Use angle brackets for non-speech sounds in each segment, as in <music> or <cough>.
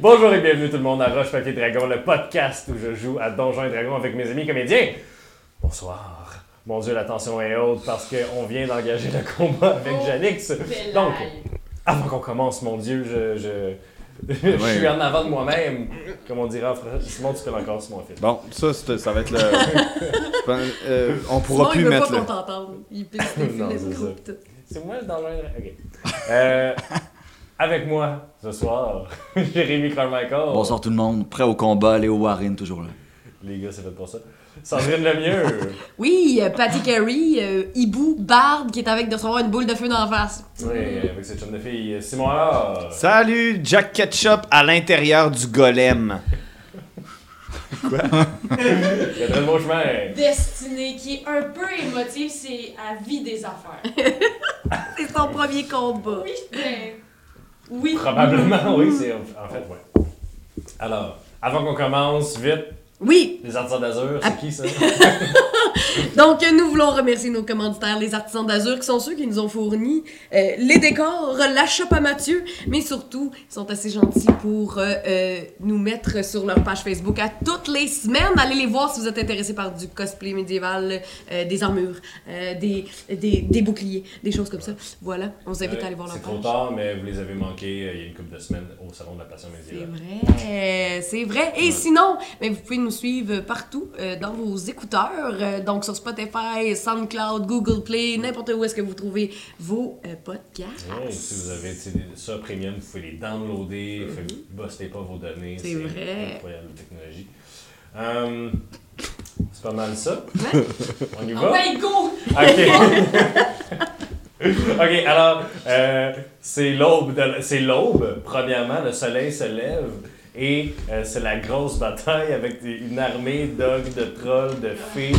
Bonjour et bienvenue tout le monde à Roche Papier Dragon, le podcast où je joue à Donjons et Dragons avec mes amis comédiens. Bonsoir. Mon dieu, la tension est haute parce qu'on vient d'engager le combat avec Oh, Janix. Belle Donc, aille. avant qu'on commence, mon dieu, je, je, <laughs> je Ouais. suis en avant de moi-même. Comme on dira en français, Simon, tu peux encore sur mon fils. Bon, ça, c'est- ça va être <laughs> le. Je pense- euh, on Sinon, pourra il plus veut mettre pas le. qu'on t'en parle. Il pisse <laughs> des Non, c'est filets de ça. groupe. tout. C'est moi le Donjons et Dragons. Ok. Euh, avec moi ce soir, <laughs> Jérémy Carmichael. Bonsoir tout le monde, prêt au combat, Léo Warren toujours là. Les gars, c'est fait pour ça. Sandrine Lemieux. <laughs> Oui, euh, Patty Carey, euh, Hibou, Barbe, qui est avec de recevoir une boule de feu d'en face. oui, avec cette chum de fille, Simon Allard. Salut, Jack Ketchup à l'intérieur du golem. Le très bon chemin. destinée qui est un peu émotive, c'est à vie des affaires. C'est son premier combat. Oui, ben, oui. Probablement, oui, c'est en fait, ouais. Alors, avant qu'on commence, vite, Oui, les artisans d'azur, Ah. c'est qui ça? donc euh, nous voulons remercier nos commanditaires, les artisans d'Azur, qui sont ceux qui nous ont fourni euh, les décors, la chope à Mathieu, mais surtout, ils sont assez gentils pour euh, euh, nous mettre sur leur page Facebook à toutes les semaines. Allez les voir si vous êtes intéressés par du cosplay médiéval, euh, des armures, euh, des, des, des boucliers, des choses comme ça. Voilà, on vous invite à aller voir leur Euh, C'est page. trop tard, mais vous les avez manqués euh, il y a une couple de semaines au Salon de la Passion C'est médiévale. vrai, c'est vrai. Et Ouais. sinon, ben, vous pouvez nous suivre partout euh, dans vos écouteurs, euh, donc sur Spotify, SoundCloud, Google Play, n'importe où est-ce que vous trouvez vos euh, podcasts. Ouais, si vous avez tu sais, des- ça premium, vous pouvez les downloader, fait que bossez pas vos données. Mm-hmm. C'est vrai. incroyable la technologie. Euh, c'est pas mal ça. Ouais. On y va? Ah ouais, go! OK. <laughs> OK, alors, euh, c'est l'aube, de la- c'est l'aube. Premièrement, le soleil se lève et euh, c'est la grosse bataille avec des- une armée d'ogres, de trolls, de fées,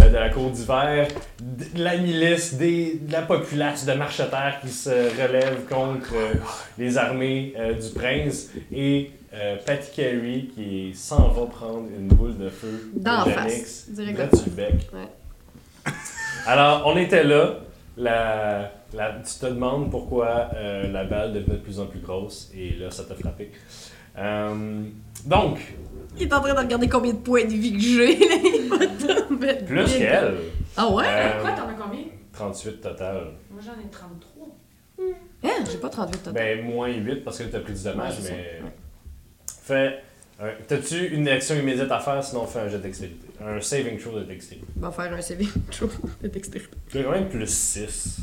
euh, de la cour d'hiver, de la milice, des, de la populace de marchetaires qui se relève contre euh, les armées euh, du prince et euh, Patty Carey qui s'en va prendre une boule de feu de D'en face, Janix, direct droit d'en sur le bec. Ouais. Alors, on était là. La, la- tu te demandes pourquoi euh, la balle devenait de plus en plus grosse et là, ça t'a frappé. Euh, donc, Il est en train de regarder combien de points de vie que j'ai. là. Il va te mettre plus bien. qu'elle, Ah ouais? Ben, Euh, Quoi, t'en as combien? 38 total. Moi, j'en ai 33. Hein, j'ai pas 38 total. Ben, moins 8 parce que t'as pris du dommage, Ouais, c'est mais. ça. Ouais. Fait. un- T'as-tu une action immédiate à faire, sinon fais un jet de dextérité. Un saving throw de dextérité. On va faire un CV toujours <laughs> de dextérité. Tu as quand même plus 6.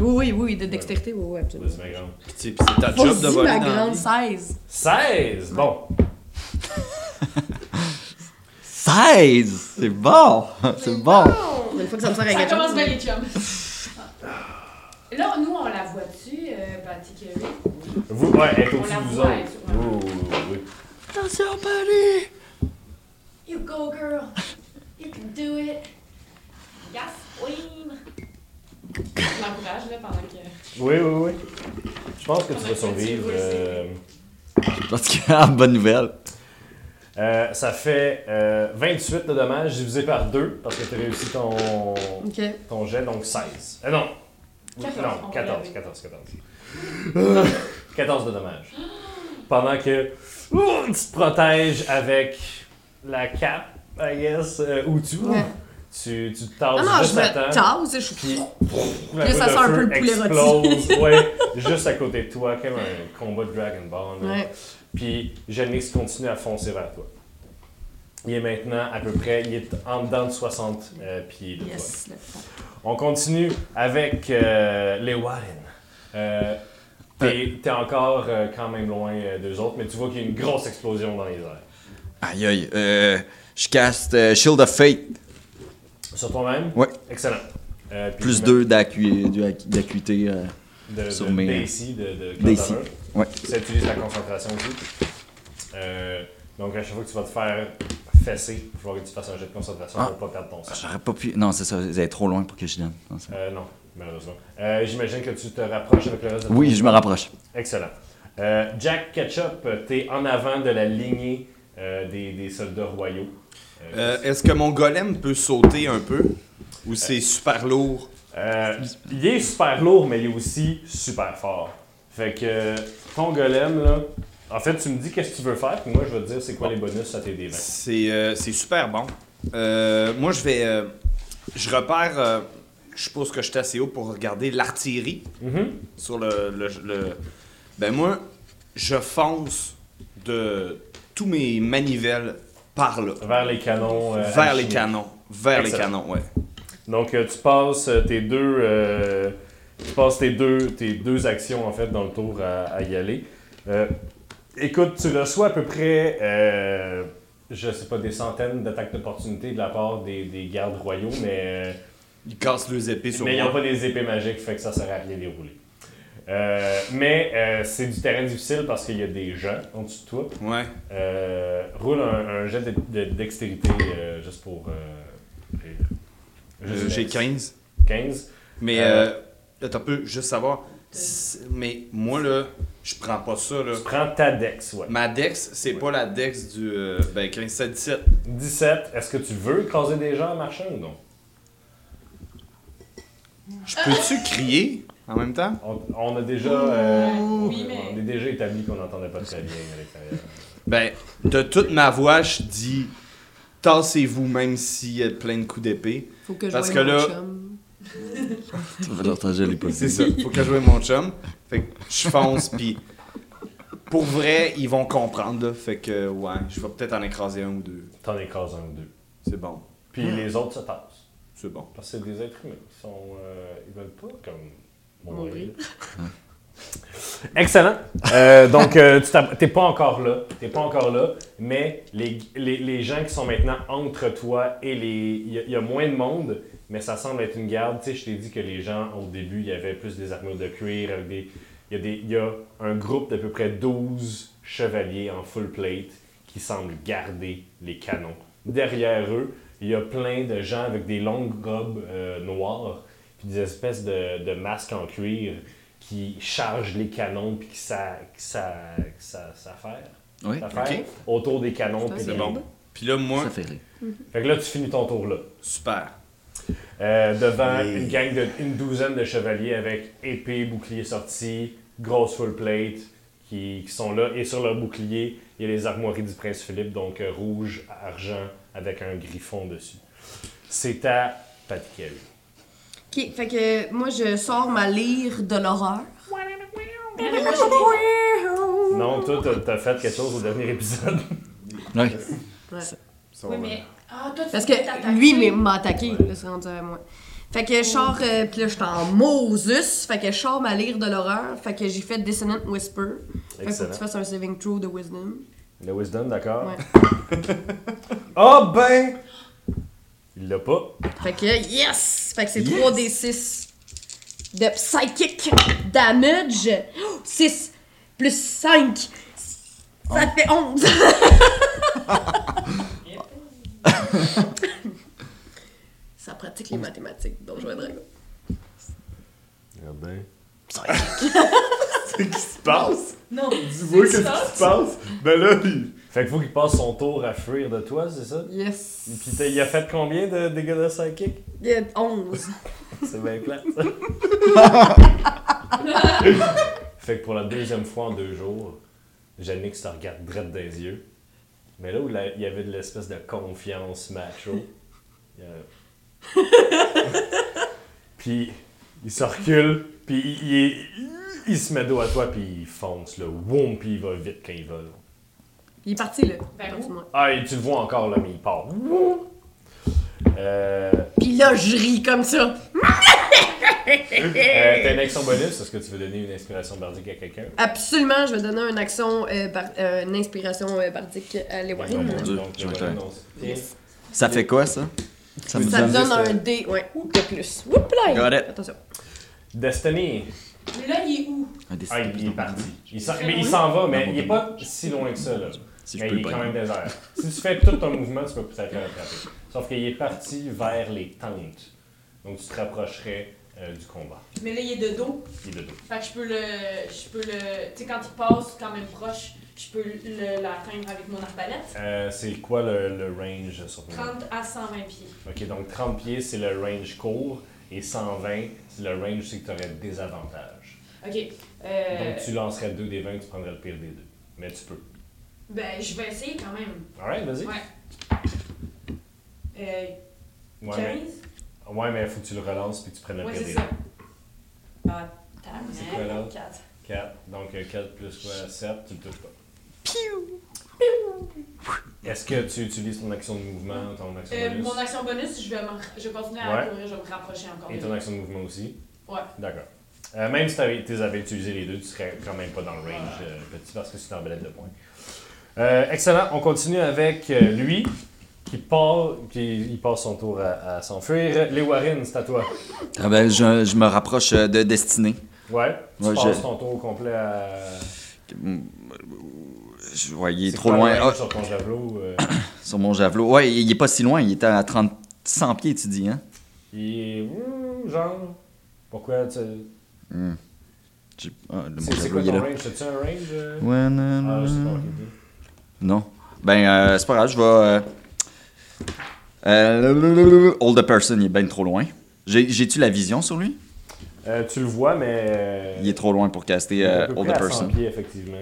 Oui, oui, oui, de dextérité, oui, oui, absolument. Vas-y, ma grande. Puis tu- puis c'est ta job de Vas-y, voler ma dans la grande vie. 16. 16! Bon. 16! C'est bon! C'est bon! Une fois que ça me sert à Ça quelque commence chose. bien les chums. <laughs> Là, nous, on la voit-tu, euh, Patty Carey? Vous, ouais, elle est On au-dessus la de vous voit, autres. elle, sûrement. Oui, oui, oui, oui. Attention, Paris! You go, girl. You can do it. Yes, queen. Je l'encourage, là, pendant que... Oui, oui, oui. Je pense que tu vas survivre. euh, Parce que, <laughs> ah, bonne nouvelle! euh, ça fait euh, 28 de dommages divisé par 2 parce que tu as réussi ton, Ok. ton jet, donc 16. Euh, non. Oui, 14, on Non, va 14, l'enlever. 14, 14. 14 Euh, de dommages. Pendant que ouh, tu te protèges avec la cape, I guess, euh, ou tu, Ouais. tu, tu te tasses Ah non, je juste à me temps. tasse, je suis... Puis, la Puis là, ça boule de sent un feu peu le poulet rôti. explose, ouais, juste à côté de toi, comme un combat de Dragon Ball. là. Ouais. Puis Janix continue à foncer vers toi. Il est maintenant à peu près, il est en dedans de 60 euh, pieds de toi. Yes. On continue avec euh, les Warren. Euh, T'es t'es encore euh, quand même loin euh, d'eux autres, mais tu vois qu'il y a une grosse explosion dans les airs. Aïe aïe, euh, je caste euh, Shield of Fate, Sur toi-même? Ouais. Excellent. Euh, puis plus tu 2 d'acuité. euh. mets De, sur de mes- DC, de, de Cloud DC. Hammer. Ouais. Ça utilise la concentration aussi. Euh, donc, à chaque fois que tu vas te faire fesser, il faut que tu fasses un jet de concentration Ah. pour pas perdre ton sang. J'aurais pas pu. Non, c'est ça, vous allez trop loin pour que je donne. Non, c'est- Euh, non, malheureusement. Euh, J'imagine que tu te rapproches avec le reste de Oui, je me rapproche. Excellent. Euh, Jack Ketchup, euh, t'es en avant de la lignée euh, des, des soldats royaux. Euh, Euh, Est-ce que mon golem peut sauter un peu Ou c'est super lourd Euh, il est super lourd, mais il est aussi super fort. Fait que ton golem, là, En fait, tu me dis qu'est-ce que tu veux faire, puis moi, je vais te dire c'est quoi les bonus à tes d C'est euh, c'est super bon. Euh, moi, je vais. euh, je repère. euh, je suppose que je suis assez haut pour regarder l'artillerie Mhm. sur le, le- le- Ben, moi, je fonce de tous mes manivelles par là. Vers les canons. euh, vers les alchimiques. canons. Vers les Excellent. canons, ouais. Donc, euh, tu passes euh, tes deux, euh, tu passes tes deux, tes deux actions en fait dans le tour à, à y aller. Euh, écoute, tu reçois à peu près, euh, je sais pas, des centaines d'attaques d'opportunités de la part des, des gardes royaux, mais euh, Ils cassent leurs épées sur mais ils moi. n'ont pas des épées magiques, fait que ça sert à rien de les rouler. Euh, mais euh, c'est du terrain difficile parce qu'il y a des gens en dessous de toi. Ouais. Euh, roule un, un jet de, de dextérité euh, juste pour. euh, rire. Juste Euh, J'ai dex. 15. 15. Mais Euh, euh, attends un peu, juste savoir. c'est- Mais moi, là, je prends pas ça, là. Tu prends ta dex, ouais. Ma dex, c'est pas la dex du. euh, ben, 15, 7, 17. 17, est-ce que tu veux écraser des gens en marchant ou non? Je peux-tu crier en même temps? On, on a déjà. euh, Oui, mais- On est déjà établi qu'on n'entendait pas très bien à l'extérieur. Ben, de toute ma voix, je dis tassez-vous, même s'il y a plein de coups d'épée. Faut que je Parce voie que mon là- chum. Ça va leur tanger les pas. C'est ça, faut que je joue mon chum. Fait que je fonce, pis. Pour vrai, ils vont comprendre, là. Fait que, ouais, je vais peut-être en écraser un ou deux. T'en écrases un ou deux. C'est bon, Puis Ah. les autres se tassent. c'est bon. Parce que c'est des êtres humains. Ils, sont, euh, ils veulent pas comme. Mourir. <laughs> Excellent. Euh, donc, euh, tu t'app- t'es pas encore là. T'es pas encore là. Mais les, les- les gens qui sont maintenant entre toi et les. Il y, a- il y a moins de monde, mais ça semble être une garde. Tu sais, je t'ai dit que les gens, au début, il y avait plus des armures de cuir. avec des- Il y, a des- il y a un groupe d'à peu près 12 chevaliers en full plate qui semblent garder les canons. Derrière eux, il y a plein de gens avec des longues robes euh, noires, puis des espèces de, de masques en cuir qui chargent les canons, puis qui ça, qui ça, qui ça, ça faire. Oui, Ça faire ok. autour des canons. puis C'est des- bon. Pis là, moi, ça fait rire. Fait que là, tu finis ton tour là. super. Euh, devant Mais- une gang de une douzaine de chevaliers avec épée, bouclier sorti, grosse full plate qui, qui sont là. Et sur leur bouclier, il y a les armoiries du prince Philippe, donc euh, rouge, argent, avec un griffon dessus. C'est à Patikel. Ok, fait que moi je sors ma lyre de l'horreur. Non, toi, t'as- t'as fait quelque chose au dernier épisode. <laughs> Ouais. Ouais. Ça va Oui, mais. Ah, toi, tu Parce voulais que t'attaquer. lui mais m'a attaqué, Ouais. là, c'est rendu à moi. Fait que je sors, euh, pis là j'étais en Moses, fait que je sors ma lyre de l'horreur, fait que j'ai fait Dissonant Whisper. Fait que faut que Excellent. tu fasses un saving throw de wisdom. Le wisdom, d'accord? Ouais. Ah ben! Il l'a pas. Fait que yes! Fait que c'est 3d6 de psychic damage. 6 plus 5. Ça Ah. fait 11. Ça pratique les mathématiques, donc je vais dragon. Ah ben. Non, Dis-moi qu'est-ce qui se passe. Ben là, il- Fait que faut qu'il passe son tour à fuir de toi, c'est ça? Yes. Pis t'as- il a fait combien de dégâts de psychic? Il y a 11. C'est bien plat, ça. <laughs> fait que pour la deuxième fois en deux jours, Janix te regarde droit dans les yeux. Mais là où la- il y avait de l'espèce de confiance macho, il y <laughs> a- puis il se recule, puis il, il est- il se met dos à toi, puis il fonce, là. Woum, puis il va vite quand il va. là. Il est parti là. Vers où? Continue. Ah, et tu le vois encore, là, mais il part. Euh, Pis là, je ris comme ça. euh, T'as une action bonus, est-ce que tu veux donner une inspiration bardique à quelqu'un? Absolument, je vais donner une action, euh, par- euh, une inspiration euh, bardique à Non, Léwarine. non, Dieu, non, je vais non, t'aider. non, c'est- Ça fait quoi, ça? Ça Ça me Dame donne dix, un euh. dé, ouais, de plus. Whoop là! Got it. Attention. Destiny, Mais là, il est où? Un des ah, six, il est non. parti. Il s'en, mais il s'en va, mais il est pas si loin que ça. Là. Si je mais peux Ben, il est le quand même pogner. désert. Si tu fais tout ton mouvement, tu peux peut-être le rattraper. Sauf qu'il est parti vers les tentes. Donc tu te rapprocherais euh, du combat. Mais là, il est de dos. Il est de dos. Fait que je peux le. Je peux le. Tu sais, quand il passe quand même proche, je peux le- l'atteindre avec mon arbalète. Euh, c'est quoi le, le range sur ton 30 à 120 pieds. Ok, donc 30 pieds, c'est le range court. Et 120, c'est le range, c'est que tu aurais des avantages. Ok. Euh, Donc tu lancerais 2 des 20, tu prendrais le pire des deux. mais tu peux. Ben, je vais essayer quand même. Alright, vas-y. Ouais. Euh, Ouais, 15? mais, ouais, mais faut que tu le relances puis que tu prennes le ouais, c'est PD. ça. Ah, t'as C'est quoi, là? 4. 4. Donc 4 plus quoi 7, tu le touches pas. Est-ce que tu utilises ton action de mouvement, ton action Euh, bonus mon action bonus, je vais, me- je vais continuer à Ouais. courir, je vais me rapprocher encore. et de ton lui. action de mouvement aussi? Ouais. D'accord. Euh, même si tu avais, utilisé les deux, tu serais quand même pas dans le Ah. range euh, petit parce que c'est une arbalète de points. Euh, excellent. On continue avec euh, lui qui part, qui il passe son tour à, à s'enfuir. Les Warren, c'est à toi. Ah ben, je, je me rapproche euh, de Destinée. Ouais. Tu Ouais, passes je- ton tour au complet à. Je, ouais, il est, C'est trop quoi le loin. range Ah, Sur ton javelot, euh, sur mon javelot. Ouais, il, il est pas si loin. Il était à 30, 100 pieds, tu dis, hein? il est. hmm, genre. Pourquoi tu. J'ai- ah, le- mon C'est c'est javelot, quoi il est ton là. range T'as-tu un range euh? Ouais, non, Ah, non, je sais pas. non. ok, Non. Ben, euh, c'est pas grave, je vais. Euh, euh, hold the person, il est bien trop loin. J'ai- J'ai-tu la vision sur lui? ok. Euh, tu le vois, mais. euh, Il est trop loin pour caster il est à euh, peu près hold the à 100 person. pieds, effectivement.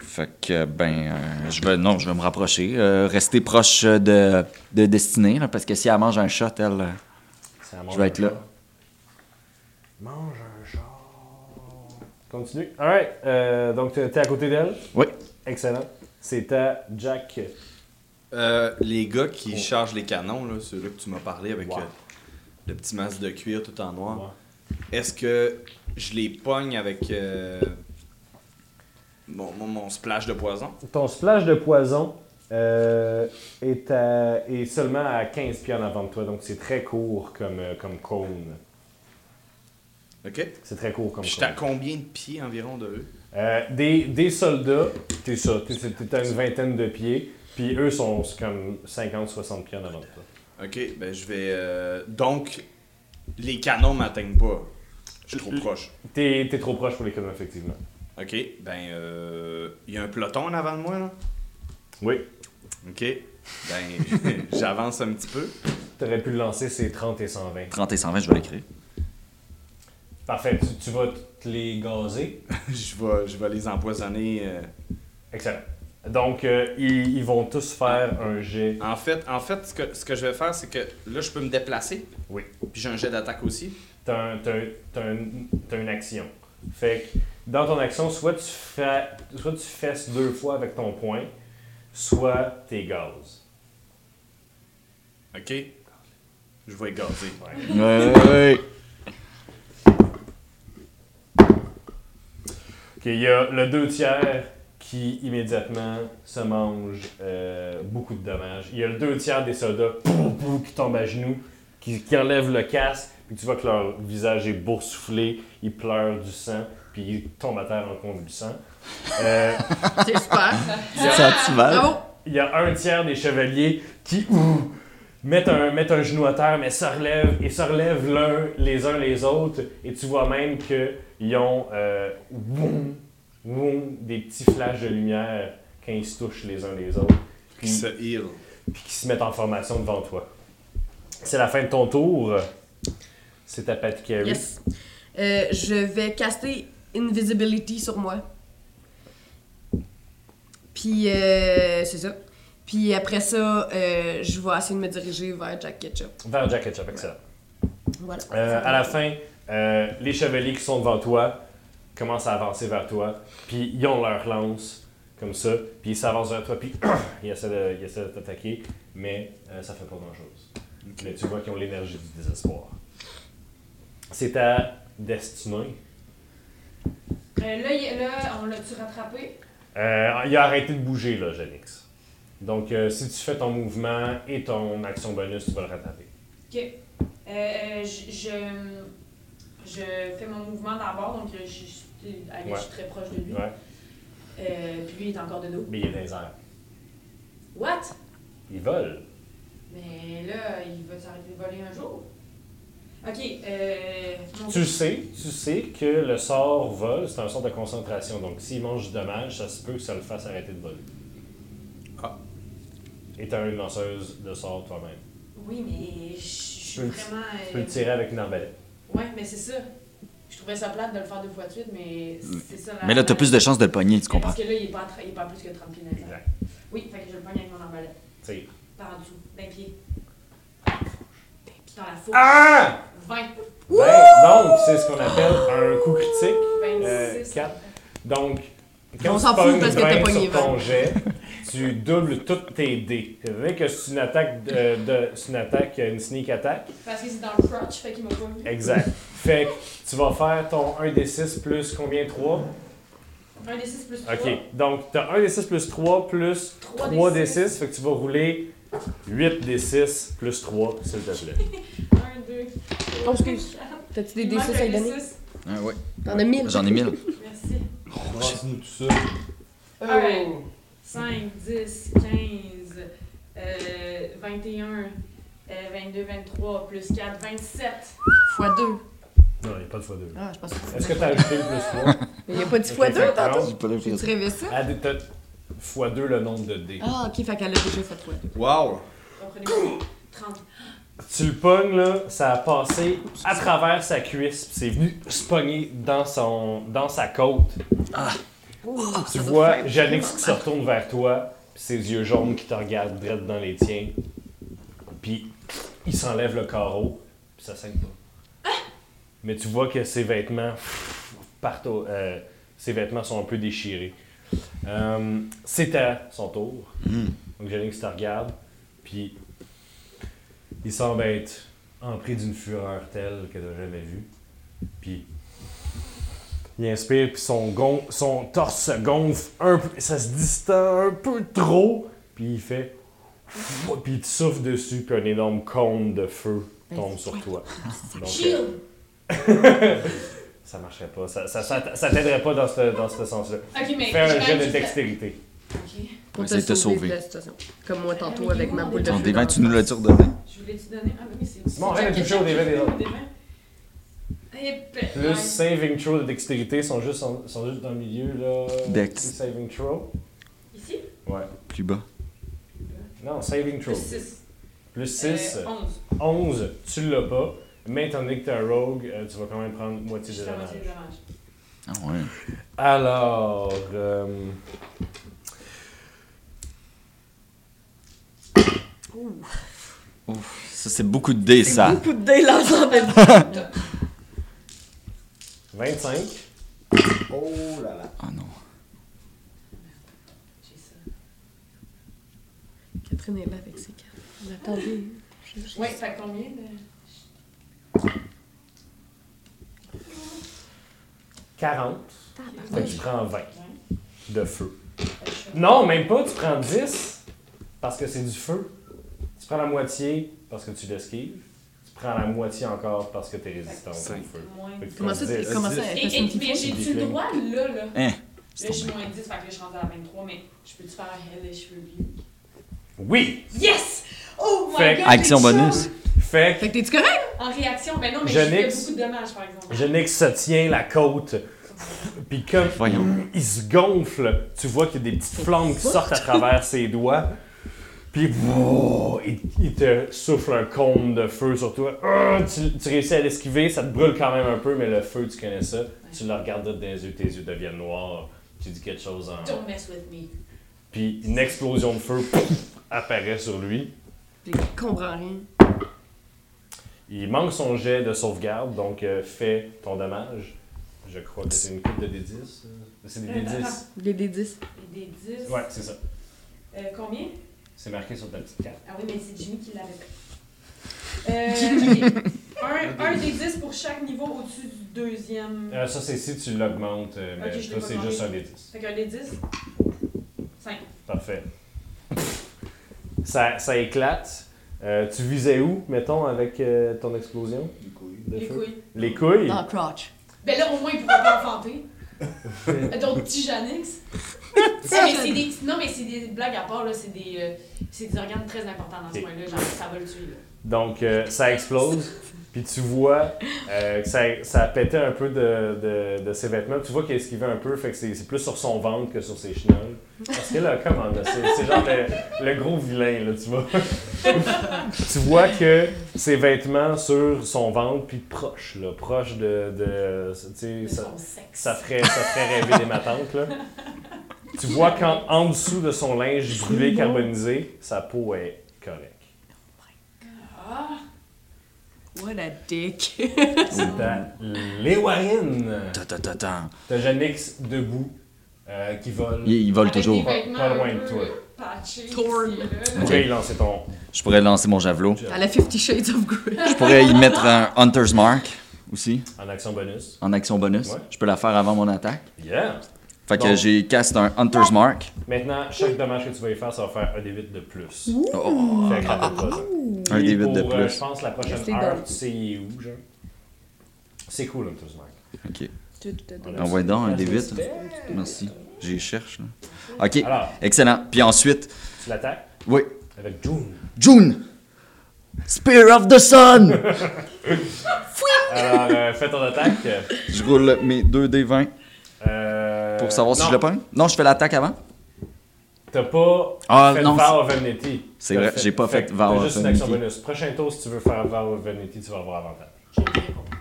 Fait que, ben, euh, je vais. Non, je vais me rapprocher. euh, rester proche euh, de, de Destinée, là, parce que si elle mange un shot, elle. euh, Ça mange Je vais être un là. char. Mange un char. Continue. Alright. Euh, donc, t'es t'es à côté d'elle? Oui. Excellent. C'est à Jack. Euh, les gars qui Oh. chargent les canons, là, ceux-là que tu m'as parlé avec Wow. euh, le petit masque de cuir tout en noir, Wow. est-ce que je les pogne avec euh, mon, mon- mon splash de poison? Ton splash de poison euh, est, à- est seulement à 15 pieds en avant de toi. Donc, c'est très court comme, euh, comme cône. OK? C'est très court comme Puis je suis à cône. combien de pieds environ de eux? Euh, des, des soldats, t'es ça. T'es t'es à une vingtaine de pieds. Puis eux sont comme 50-60 pieds en avant de toi. OK, ben je vais... euh, donc, les canons m'atteignent pas. Je suis trop Euh, proche. T'es t'es trop proche pour les canons, effectivement. OK, ben... Il y a un peloton en avant de moi, là? Oui. OK. Ben, <laughs> j'avance un petit peu. <laughs> T'aurais pu le lancer, c'est 30 et 120. 30 et 120, je vais l'écrire. Parfait, tu, tu vas te les gazer. je, vais, je vais les empoisonner... euh, Excellent. Donc, euh, ils, ils vont tous faire un jet. En fait, en fait ce, que, ce que je vais faire, c'est que là, je peux me déplacer. Oui. Puis j'ai un jet d'attaque aussi. T'as un- t'as un- t'as un- t'as une action. Fait que dans ton action, soit tu, fais, soit tu fesses deux fois avec ton poing, soit t'es gaz. OK? Je vais gazer. Ouais. Ouais. Ok, il y a le deux tiers qui immédiatement se mange euh, beaucoup de dommages. Il y a le deux tiers des soldats pouf, pouf, qui tombent à genoux, qui, qui enlèvent le casque, puis tu vois que leur visage est boursouflé, ils pleurent du sang, puis ils tombent à terre en convulsant. Euh, <laughs> C'est super. Ça a-tu mal? Bravo. il y a un tiers des chevaliers qui ouh, mettent, un, mettent un genou à terre, mais se relèvent et se relèvent l'un les uns les autres. Et tu vois même qu'ils ont euh, woum, woum, des petits flashs de lumière quand ils se touchent les uns les autres, Qui puis, se heal. puis qui se mettent en formation devant toi. C'est la fin de ton tour. C'est ta Pat Carey. Yes. Euh, je vais caster Invisibility sur moi. Puis, euh, c'est ça. Puis après ça, euh, je vais essayer de me diriger vers Jack Ketchup. Vers Jack Ketchup, excellent. Voilà. Euh, à la fin, euh, les chevaliers qui sont devant toi commencent à avancer vers toi, puis ils ont leur lance, comme ça, puis ils s'avancent vers toi, puis <clears throat> ils essaient de, ils essaient de t'attaquer, mais euh, ça fait pas grand-chose. Mais tu vois qu'ils ont l'énergie du désespoir. C'est ta destinée. Euh, là, il- là, on l'a-tu rattrapé? Euh, il a arrêté de bouger, là, Janix. Donc, euh, si tu fais ton mouvement et ton action bonus, tu vas le rattraper. Ok. Euh, je, je, je fais mon mouvement d'abord, donc euh, je, je suis- allez, je suis très proche de lui. Ouais. Euh, puis lui, il est encore de dos. Mais il est dans les airs. What? Il vole. Mais là, il va s'arrêter de voler un jour. Ok, euh. mon- Tu sais, tu sais que le sort vole, c'est un sort de concentration. Donc, s'il mange du dommage, ça se peut que ça le fasse arrêter de voler. Ah. Et t'as une lanceuse de sort toi-même. Oui, mais je je suis Tu peux le- vraiment. Tu peux le euh, tirer avec une arbalète. Ouais, mais c'est ça. Je trouvais ça plate de le faire deux fois de suite, mais c'est ça. la- Mais là, t'as plus de chances de le pogner, tu Mais comprends? Parce que là, il est pas, à tra- il est pas à plus que 30 pieds dans les airs. Exact. Oui, fait que je le pogne avec mon arbalète. Tire. Par en dessous, d'un pied. Dans la fourche. Ah! 20, Ben, donc, c'est ce qu'on appelle un coup critique. 26. Euh, quatre. Donc, On quand s'en tu fout pognes parce que t'as 20 pogné sur ton 20. <laughs> jet, tu doubles toutes tes dés. C'est vrai que c'est une attaque, de, de- c'est une attaque, une sneak attack. Parce que c'est dans le crotch, fait qu'il m'a pas vu. Exact. Fait que tu vas faire ton 1d6 plus combien? 3? 1 des 6 plus 3. OK. Donc, t'as 1d6 plus 3 plus Trois 3d6. Fait que tu vas rouler 8d6 plus 3, s'il te plaît. <laughs> 1, 2, 3. Oh, excuse. T'as-tu des D6 à donner? Ah, ouais. T'en as 1000. J'en ai mille. Merci. nous tout ça. Alright. 5, 10, 15, euh, 21, euh, 22, 23, plus 4, 27. Fois 2. Non, il n'y a pas de fois 2. Ah, je pense Est-ce que t'as ajouté le plus 3? Il n'y a pas 10 <laughs> fois 2 tantôt. J'ai pas Tu l'impression. rêvais ça? Add- t'as- fois 2 le nombre de dés. Ah, ok, fait qu'elle a déjà fait fois 2. Wow! Comprenez-vous? 30. Tu le pognes, là, ça a passé à travers sa cuisse, puis c'est venu se pogner dans, son, dans sa côte. Tu vois Janix qui se retourne vers toi, puis ses yeux jaunes qui te regardent direct dans les tiens. Puis il s'enlève le carreau, puis ça saigne pas. Mais tu vois que ses vêtements pff, partent au- euh, ses vêtements sont un peu déchirés. Euh, c'est à son tour. Donc Janix te regarde, puis il semble être empris d'une fureur telle que t'as jamais vue. Puis il inspire, puis son, gon- son torse se gonfle un peu, ça se distend un peu trop, puis il fait. Puis il te souffle dessus, puis un énorme cône de feu tombe sur toi. Donc, euh, Shield! ça marcherait pas, ça, ça, ça, ça t'aiderait pas dans ce, dans ce sens-là. Ok, mais. Fais j'ai un quand jeu même de tout fait. dextérité. Ok. Pour Essaye de te te sauver sauver. de la situation. Comme moi tantôt avec ma boule de Ton feu. dévin, tu nous l'as tiré dedans. Je voulais te donner. Ah, oui, c'est. Bon, arrête de toucher au débit des autres. Plus autres. saving throw de dextérité sont juste, en- sont juste dans le milieu, là. Dex. Saving throw. Ici? Ouais. Plus bas. Non, saving throw. Plus euh, 6. Plus 6, 11. 11, tu l'as pas. Mais étant donné que t'es un rogue, euh, tu vas quand même prendre Je moitié suis de à moitié dommage. de dommage. Ah, ouais. Alors. euh, Ça, c'est beaucoup de dés, ça. Beaucoup de dés là, j'en ai <laughs> 25. Oh là là! Ah, non. J'ai ça. Catherine est là avec ses cartes. Mais Attendez. je- je- Ouais, fait combien de. 40. Fait que tu Tabarnak. prends 20 Ouais. de feu. Fait que je fais- Non, même pas, tu prends 10 parce que c'est du feu. Tu prends la moitié parce que tu l'esquives. Tu prends la moitié encore parce que t'es résistant au Cinq. feu. Moins Fait que dix. tu prends Comment ça, dix. tu- comment ça, elle Et- fait son et- petit Mais feu? j'ai-tu le droit, là, là? Là, Hein? je suis moins 10, fait que là, je suis rendue à 23, mais je peux-tu faire Hellish Review? Oui! Yes! Oh my Fait- god! Action j'ai bonus. ça! Fait que Fait que t'es-tu correct? En réaction, ben non, mais je Jeunix. fais beaucoup de dommages, par exemple. Genix se tient la côte. Puis comme Voyons. il se gonfle, tu vois qu'il y a des petites flammes qui sortent à travers ses doigts. Puis wow, il, il te souffle un cône de feu sur toi. Ah, tu, tu réussis à l'esquiver, ça te brûle quand même un peu, mais le feu, tu connais ça. Tu le regardes dans les yeux, tes yeux deviennent noirs. Tu dis quelque chose en. Don't mess with me. Puis une explosion de feu pouf, apparaît sur lui. Je comprends rien. Il manque son jet de sauvegarde, donc euh, fais ton dommage. Je crois que c'est une coupe de D10. euh, C'est des D10. Les D10. Et Des 10. Ouais, c'est ça. Euh, combien? C'est marqué sur ta petite carte. Ah oui, mais c'est Jimmy qui l'avait <laughs> pris. Euh, ok. un, un des 10 pour chaque niveau au-dessus du deuxième. Euh, ça, c'est si tu l'augmentes, euh, mais Ok, je l'ai toi, pas c'est demandé. juste un des 10. Fait qu'un des 10. 5. Parfait. <laughs> Ça, ça éclate. Euh, tu visais où, mettons, avec euh, ton explosion de Les feu? couilles. Les couilles? Dans le crotch. Ben là, au moins, il pourra pas <laughs> enfanter. Euh, Donc, petit Janix. Non, mais c'est des, non, mais c'est des blagues à part, là. C'est des, euh, C'est des organes très importants dans ce Ok. coin-là, genre ça va le tuer. là. Donc, euh, ça explose. Puis tu vois euh, que ça, ça a pété un peu de, de- de ses vêtements. Tu vois qu'il a esquivé un peu, fait que c'est c'est plus sur son ventre que sur ses chenolles. Parce que là, comment, là, c'est c'est genre le, le gros vilain, là, tu vois. tu vois que ses vêtements sur son ventre, puis proche, là, proche de... de tu sais, De ça- son sexe. ça ferait, ça ferait rêver des matantes, là. Tu vois qu'en en dessous de son linge brûlé, carbonisé, sa peau est correcte. Ah, What a dick. C'est à Léwarine. Ta, ta, ta, ta. T'as Janix debout euh, qui vole. Il, il vole avec toujours. des vêtements Pas loin un de peu toi. patchés ici, Torn. là. Tu Ok. peux y lancer ton. Je pourrais lancer mon javelot. À la Fifty Shades of Grey. Je pourrais y mettre un Hunter's Mark aussi, En action bonus. en action bonus. Ouais. Je peux la faire avant mon attaque. Yeah! Fait que Donc- j'ai cast un Hunter's Mark. Maintenant, chaque dommage que tu vas y faire, ça va faire un D8 de plus. Oh, Fait que raconte pas ça. un Puis D8 de pour, euh, plus. je pense la prochaine C'est heure, bon. tu sais il est où, genre. C'est cool, Hunter's Mark. Ok. Tout, tout, tout. Voilà. Envoie donc un D8. Merci. J'y cherche. là. Ok. Alors. Excellent. Puis ensuite, Tu l'attaques oui. avec <laughs> June. June! Spear of the Sun! Alors, euh, fais ton attaque. je roule mes 2 D20 Euh, pour savoir si non, je le pogne. Non, je fais l'attaque avant. T'as pas Ah, fait non, Vow of Enmity. C'est T'as vrai, j'ai pas fait que Vow t'as of juste une action Enmity. bonus. Prochain tour, si tu veux faire Vow of Enmity, tu vas avoir avantage. J'ai bien compris.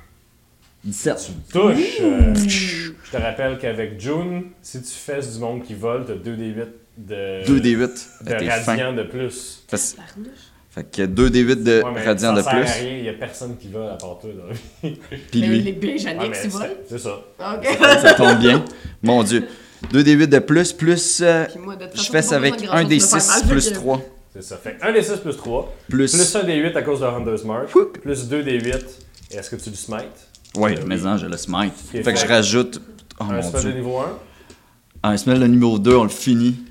17. Touche! euh, je te rappelle qu'avec June, si tu fesses du monde qui vole, t'as 2d8 de, 2 D8. de Ben, T'es fin. radiant de plus. Parce- Barnouche. Fait que 2 D8 de Ouais, mais radiant ça de sert à plus. rien, il y a personne qui vole à part toi. donc. Puis Mais lui. il est bien Ouais, Jannick, mais tu vois. c'est- c'est ça. Ok. Ça tombe bien. Mon Dieu. 2 D8 de plus, plus. euh, Puis moi, de toute je façon, fesse j'ai pas avec besoin de 1 grand-chose pour me D6 faire mal, plus fait que- 3. C'est ça. Fait 1d6 plus 3, plus Plus. 1d8 à cause de Hunter's Mark, Fouc. plus 2d8, est-ce que tu le smites? Ouais, Euh, mais non, je le smite. Ok, Fait que je fait- rajoute. Oh un mon spell de Dieu. niveau 1. Un smell de numéro 2, on le finit. Tu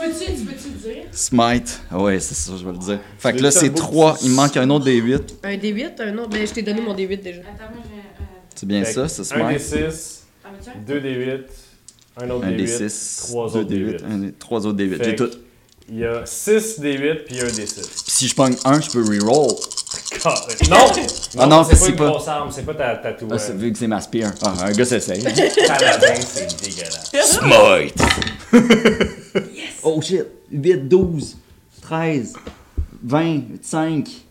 peux-tu, tu peux-tu le dire? Smite. Ah ouais, c'est ça, je vais le dire. Fait que veux là, juste un c'est beau 3. petit- Il manque un autre D8. Un D8, un autre. Ben, je t'ai donné mon D8 déjà. Attends, moi j'ai. euh, C'est bien Fait ça, que c'est Un smite. D6, Ah, mais tu as- 2d8, un autre Un d8, D6. trois 2 autres D8. D8. un D- Trois autres D8. J'ai Fait que- tout. il y a 6 d8 puis un d6. Puis si je pogne 1, je peux reroll. God, non! Ah non, c'est c'est pas une pas- grosse arme, c'est pas ta hein. tatouage. Ah, c'est- vu que c'est ma spear. Ah, un gars s'essaye. Paladin, c'est dégueulasse. <laughs> Smite! Oh shit! 8, 12, 13, 20, 5,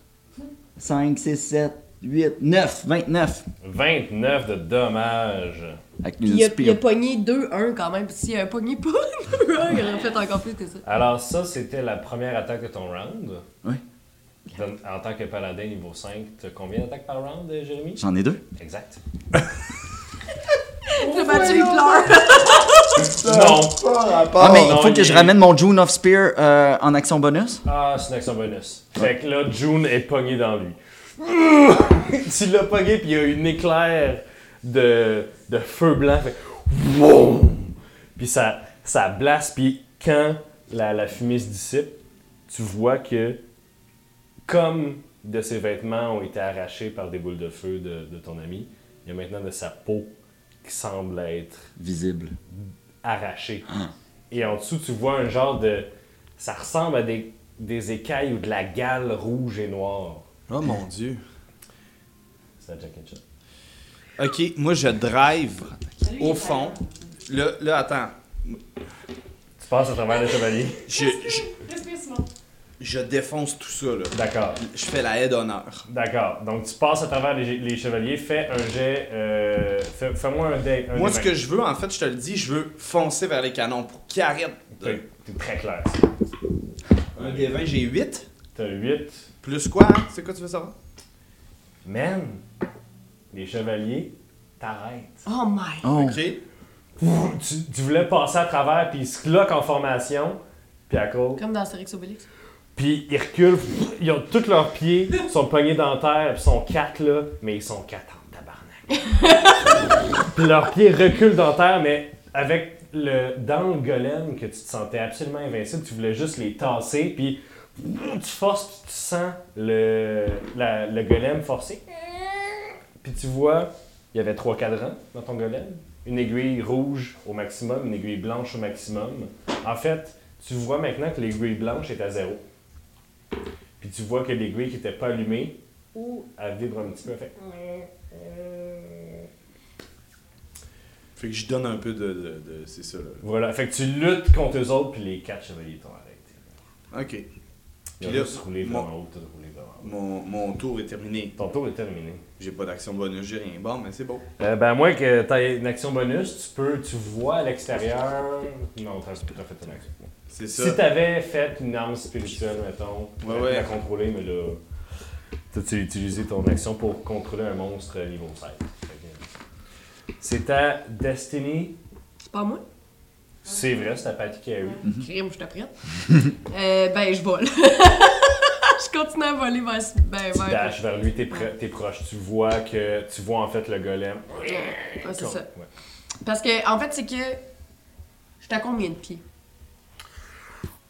5, 6, 7, 8, 9, 29. 29 de dommages. Avec Puis une il a, il a spear. pogné 2-1 quand même. Puis s'il y a pogné pas <laughs> 2-1, il aurait fait encore plus que ça. Alors, ça, c'était la première attaque de ton round. Oui. Dans- en tant que paladin niveau 5, t'as combien d'attaques par round, euh, Jérémy? J'en ai deux. Exact. Le match, il pleure. Non! Ah, mais il non, faut que il je est- ramène mon June of Spear euh, en action bonus. Ah, c'est une action bonus. Fait que là, June est pognée dans lui. <laughs> tu l'as pogné, puis il y a une éclair de, de feu blanc. Fait Wow! Puis ça, ça blasse, puis quand la, la fumée se dissipe, tu vois que, comme de ses vêtements ont été arrachés par des boules de feu de, de ton ami, il y a maintenant de sa peau qui semble être Visible. arraché. Ah. Et en dessous, tu vois un genre de. Ça ressemble à des, des écailles ou de la gale rouge et noire. Oh mon dieu. C'est la Jack and Jill. Ok, moi je drive Lui, il est au fond. Là, là attends. Tu passes à travers le chevalier. <laughs> Je, je, Respire, Simon. je défonce tout ça, là. D'accord. Je fais la haie d'honneur. D'accord. Donc, tu passes à travers les, les chevaliers. Fais un jet. euh, fais- Fais-moi un dé. Moi, ce que je veux, en fait, je te le dis, je veux foncer vers les canons pour qu'ils arrêtent. de- T'es très clair. Un des 20, j'ai 8. T'as 8. Plus quoi, hein? C'est quoi tu veux savoir? Man, les chevaliers t'arrêtent. Oh my. Oh. Ok. Tu, tu voulais passer à travers, puis ils se cloquent en formation. Puis à cause. Comme dans Astérix Obélix. Puis ils reculent, ils ont tous leurs pieds, sont pognés dans la terre, puis ils sont quatre là, mais ils sont quatre en tabarnak. puis leurs pieds reculent dans la terre, mais avec le dans le golem que tu te sentais absolument invincible, tu voulais juste les tasser, puis tu forces, puis tu sens le, la- le golem forcé. Puis tu vois, il y avait trois cadrans dans ton golem. Une aiguille rouge au maximum, une aiguille blanche au maximum. En fait, tu vois maintenant que l'aiguille blanche est à zéro. Puis tu vois que l'aiguille qui n'était pas allumée, ou elle vibre un petit peu, elle fait. Fait que je donne un peu de. de- de- c'est ça, là. Voilà, fait que tu luttes contre eux autres, puis les quatre chevaliers t'ont arrêté. Ok. Ils ont Puis là, juste roulé moi- vers en haut, tout roulé vers en haut. Mon, mon tour est terminé. Ton tour est terminé. J'ai pas d'action bonus, j'ai rien. Bon, mais c'est bon. Euh, ben, à moins que tu aies une action bonus, tu peux, tu vois à l'extérieur. Non, t'as t'as fait une action. C'est ça. Si t'avais fait une arme spirituelle, mettons, Ouais, la- ouais. la contrôler, mais là, t'as- tu as utilisé ton action pour contrôler un monstre niveau 7. Fait que- C'est ta Destiny. C'est pas moi? C'est vrai, c'est ta Patty Mm. Carey. Mm-hmm. Crime, je te prête. <laughs> Euh, ben, je vole. <laughs> je continue à voler vers... ce- Ben, Tu vers... dashes vers lui, t'es pro- t'es proche. Tu vois que tu vois en fait le golem. Ouais, c'est ça. Ouais. Parce que, en fait, c'est que... J'étais à combien de pieds?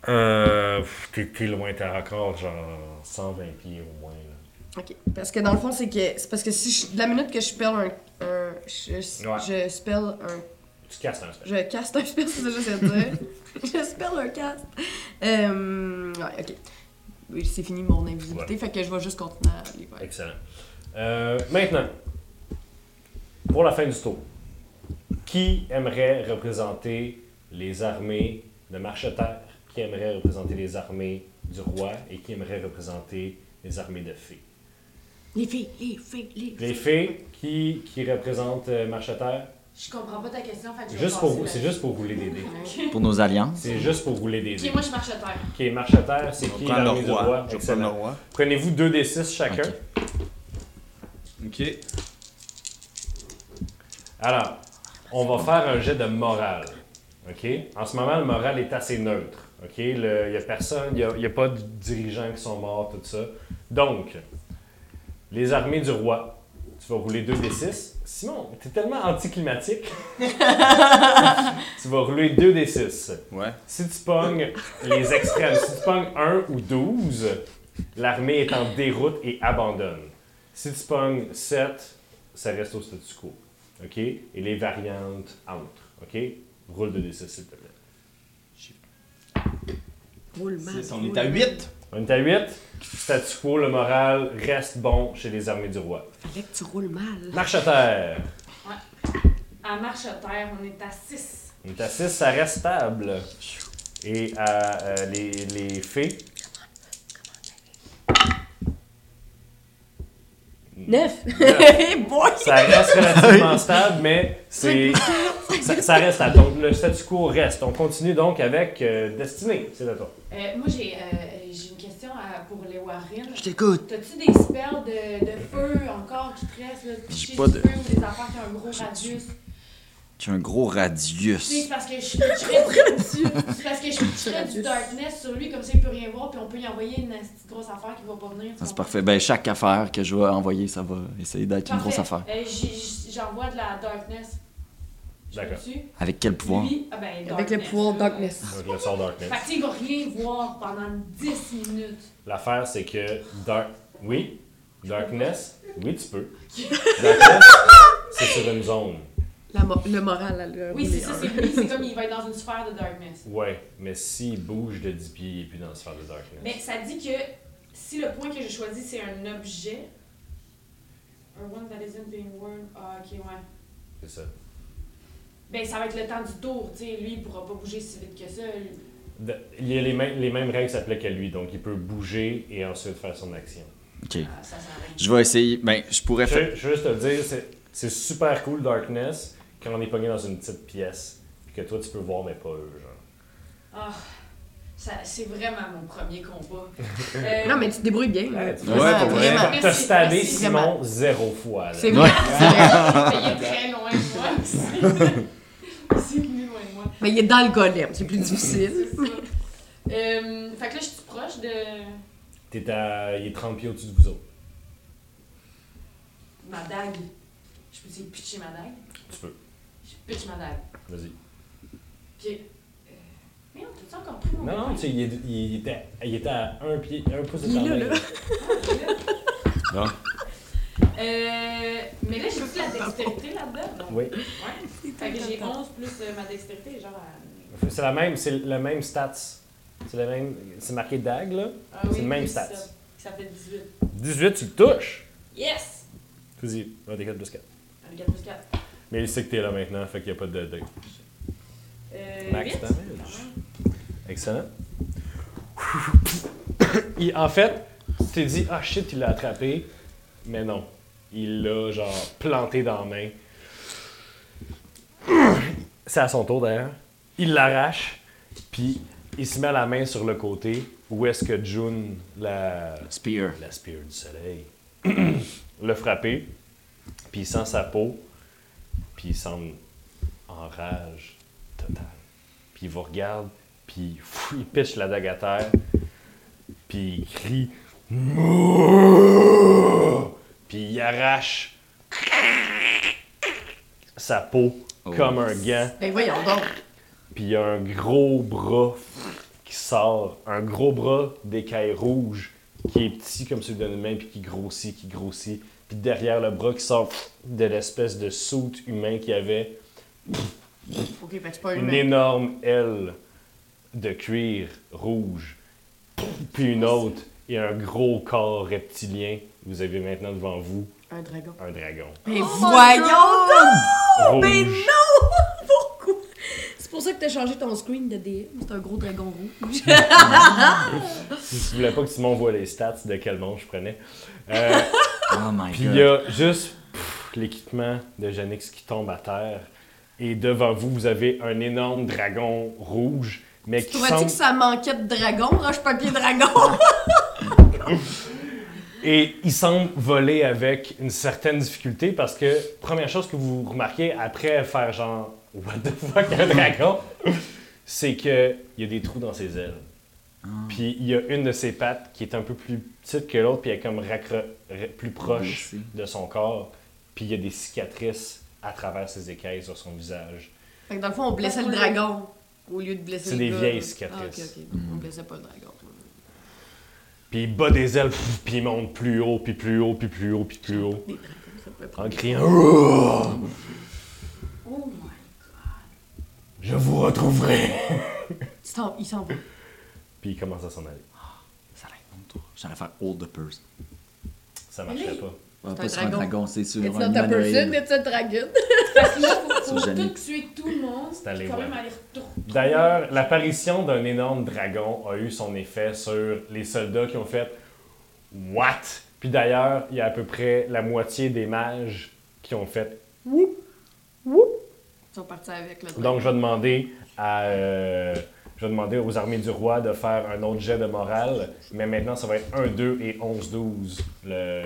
Euh, pff, t'es t'es loin, t'es encore genre 120 pieds au moins. là. OK. Parce que dans le fond, c'est que... C'est parce que si je- de la minute que je spell un... un- je, Ouais. je spell un... Tu casses un spell. Je caste un spell, c'est ça que j'essaie de dire. je spell un cast. Euh, ouais, OK. Oui, C'est fini mon invisibilité, fait que je vais juste continuer à aller vers- Excellent. Euh, maintenant, pour la fin du tour, qui aimerait représenter les armées de Marcheterre Qui aimerait représenter les armées du roi Et qui aimerait représenter les armées de fées Les filles, les filles, les filles. Les fées, qui, qui représentent euh, Marcheterre Je comprends pas ta question, fait que je vais Juste passer pour, la- c'est juste pour rouler des dés. Pour nos alliances. C'est juste pour rouler des dés. Ok, moi je marche à terre. Qui est Marcheterre C'est On qui prend le l'armée du roi. roi Je vais prendre Excellent. le roi. Prenez-vous 2 des 6 chacun. Ok. Ok. Alors, on va faire un jet de morale. OK? En ce moment, le moral est assez neutre. OK? Il n'y a personne, il n'y a, pas de dirigeants qui sont morts, tout ça. Donc, les armées du roi. Tu vas rouler 2 des 6. Simon, t'es tellement anticlimatique. <laughs> tu vas rouler 2 des 6. Ouais. Si tu pognes les extrêmes, si tu pognes 1 ou 12, l'armée est en déroute et abandonne. Si tu pognes 7, ça reste au statu quo. OK? Et les variantes entrent. OK? Roule de D6, s'il te plaît. Roule, man, Six, on roule. est à 8. On est à 8. Statu quo, le moral reste bon chez les armées du roi. Fallait que tu roules mal. Marche à terre. À marche à terre, on est à 6. On est à 6, ça reste stable. Et à euh, les, les fées, 9. <laughs> boy! ça reste relativement stable, mais <laughs> <laughs> c'est. Ça, ça reste stable. Donc le statu quo reste. On continue donc avec euh, Destinée. C'est à toi. Euh, moi j'ai euh, j'ai une question à- pour les Warren. Je t'écoute. T'as-tu des spells de, de feu encore qui te restent? là, de J'ai picher pas du de- feu ou des affaires qui ont un gros radius? J'ai un gros Tu sais, radius. c'est parce que je pitcherais du... c'est parce que je pitcherais du darkness sur lui, comme ça il peut rien voir, puis on peut y envoyer une petite grosse affaire qui va pas venir. tu Ça, C'est comprends? parfait. Ben, chaque affaire que je vais envoyer, ça va essayer d'être une Parfait. grosse affaire. Euh, j'ai- j'ai- J'envoie de la darkness. Je D'accord. peux-tu? Avec quel pouvoir? Lui, ah ben, Avec le darkness, pouvoir là. Darkness. Donc le sort Darkness. Fait que tu sais, il va rien voir pendant 10 minutes. L'affaire, c'est que Dark. Oui, Darkness. Oui, tu peux. Darkness, c'est sur une zone. La mo- le moral, elle a Oui, c'est roulé ça, un. c'est lui, c'est comme il va être dans une sphère de darkness. Ouais, mais s'il bouge de 10 pieds, il n'est plus dans la sphère de Darkness. Mais ça dit que si le point que j'ai choisi c'est un objet, or one that isn't being worn, ah ok, ouais. C'est ça. Ben ça va être le temps du tour, tu sais, lui il pourra pas bouger si vite que ça. lui. De- Il y a les, mêmes- les mêmes règles s'appliquent à lui, donc il peut bouger et ensuite faire son action. Ok. Ah, ça sert à rien. Je vais essayer. Ben, je pourrais Je faire. veux juste te le dire, c'est- c'est super cool Darkness quand on est pogné dans une petite pièce, puis que toi tu peux voir mais pas eux, genre. Ah, ça- c'est vraiment mon <laughs> premier combat. Euh, Non, mais tu te débrouilles bien. là. Ouais, Vraiment, pour vrai. vraiment. Merci, T'as stabé merci, Simon vraiment. zéro fois. là. C'est vrai. c'est vrai. il est très loin de moi aussi. <laughs> c'est venu loin de moi. Mais il est dans le golem, c'est plus difficile. C'est <laughs> ça. Euh, fait que là, je suis proche de T'es à. Il est 30 pieds au-dessus de vous autres. ma dague. Je peux essayer de pitcher ma dague. Tu peux. Je pitch ma dague. Vas-y. Puis. euh, Mais on t'as-tu encore pris mon Non, non, bébé? tu sais, il, est- il était, il était à un pied, un pouce de Il ta est là, main, là. là. Non. Euh, mais là, j'ai aussi la dextérité là-dedans. donc. Oui. Ouais. Fait que j'ai 11 plus euh, ma dextérité, genre. à- C'est la même, c'est le même stats. C'est le même, c'est marqué dag là. Ah c'est oui, le même oui, stats. Ça. ça fait 18. 18, tu le touches. Yes! Vas-y, un des 4 plus 4. Un 4 plus 4. Mais il sait que t'es là maintenant, fait qu'il n'y a pas de dé. Euh, Max huit. damage. Excellent. <coughs> Il- en fait, tu t'es dit, ah shit, il l'a attrapé. Mais non. Il l'a, genre, planté dans la main. <coughs> C'est à son tour d'ailleurs. Il l'arrache, puis il se met la main sur le côté où est-ce que June, la, Spear. la spear du soleil, <clears throat> l'a frappé, puis il sent sa peau, puis il semble en rage totale. Puis il vous regarde, puis fou, il piche la dague à terre, puis il crie <clears throat> Mouh! Puis il arrache sa peau comme un gant. Ben voyons donc. Puis il y a un gros bras qui sort, un gros bras d'écaille rouge qui est petit comme celui d'un humain, puis qui grossit, qui grossit. Puis derrière le bras qui sort de l'espèce de soute humain qu'il y avait, Ok, fait que c'est pas une humain. énorme aile de cuir rouge, puis une autre, et un gros corps reptilien. Vous avez maintenant devant vous Un dragon. Ben, un dragon Mais voyons rouge. Oh, Mais non! Pourquoi? C'est pour ça que t'as changé ton screen de DM. C'est un gros dragon <laughs> rouge. Je voulais pas que Simon voit les stats de quel monde je prenais. Euh, Oh my Puis god. il y a juste pff, l'équipement de Janix qui tombe à terre. Et devant vous, vous avez un énorme dragon rouge, mais qui Trouvais-tu semble... que ça manquait de dragon, roche-papier <laughs> dragon? Et il semble voler avec une certaine difficulté parce que, première chose que vous remarquez après faire genre « What the fuck, un dragon? » C'est qu'il y a des trous dans ses ailes. Ah. Puis il y a une de ses pattes qui est un peu plus petite que l'autre, puis elle est comme racro- ra- plus proche Blessée. de son corps. Puis il y a des cicatrices à travers ses écailles sur son visage. fait que dans le fond, on blessait le dragon au lieu de blesser C'est le des gars. vieilles cicatrices. Ah, ok, ok. Donc, On blessait pas le dragon. Puis il bat des ailes, pff, puis il monte plus haut, puis plus haut, puis plus haut, puis plus haut, Des dragons, ça pouvait en prendre. criant Oh my. « Je vous retrouverai! Tu t'en- Il s'en va. » Puis il commence à s'en aller. Ça allait être mon tour. J'allais faire Hold the Person. Ça marchait Mais- pas. Ouais, un pas sur un dragon. dragon, c'est sur It's un not a person, humanoïde. it's a dragon. Parce que là, faut, Sur faut tout Janix. tuer tout le monde. à puis les quand même voir. aller retourner. D'ailleurs, l'apparition d'un énorme dragon a eu son effet sur les soldats qui ont fait What? Puis d'ailleurs, il y a à peu près la moitié des mages qui ont fait. Ils sont partis avec le dragon. Donc, je vais demander à. euh, je vais demander aux armées du roi de faire un autre jet de morale, mais maintenant ça va être 1, 2 et 11, 12 le,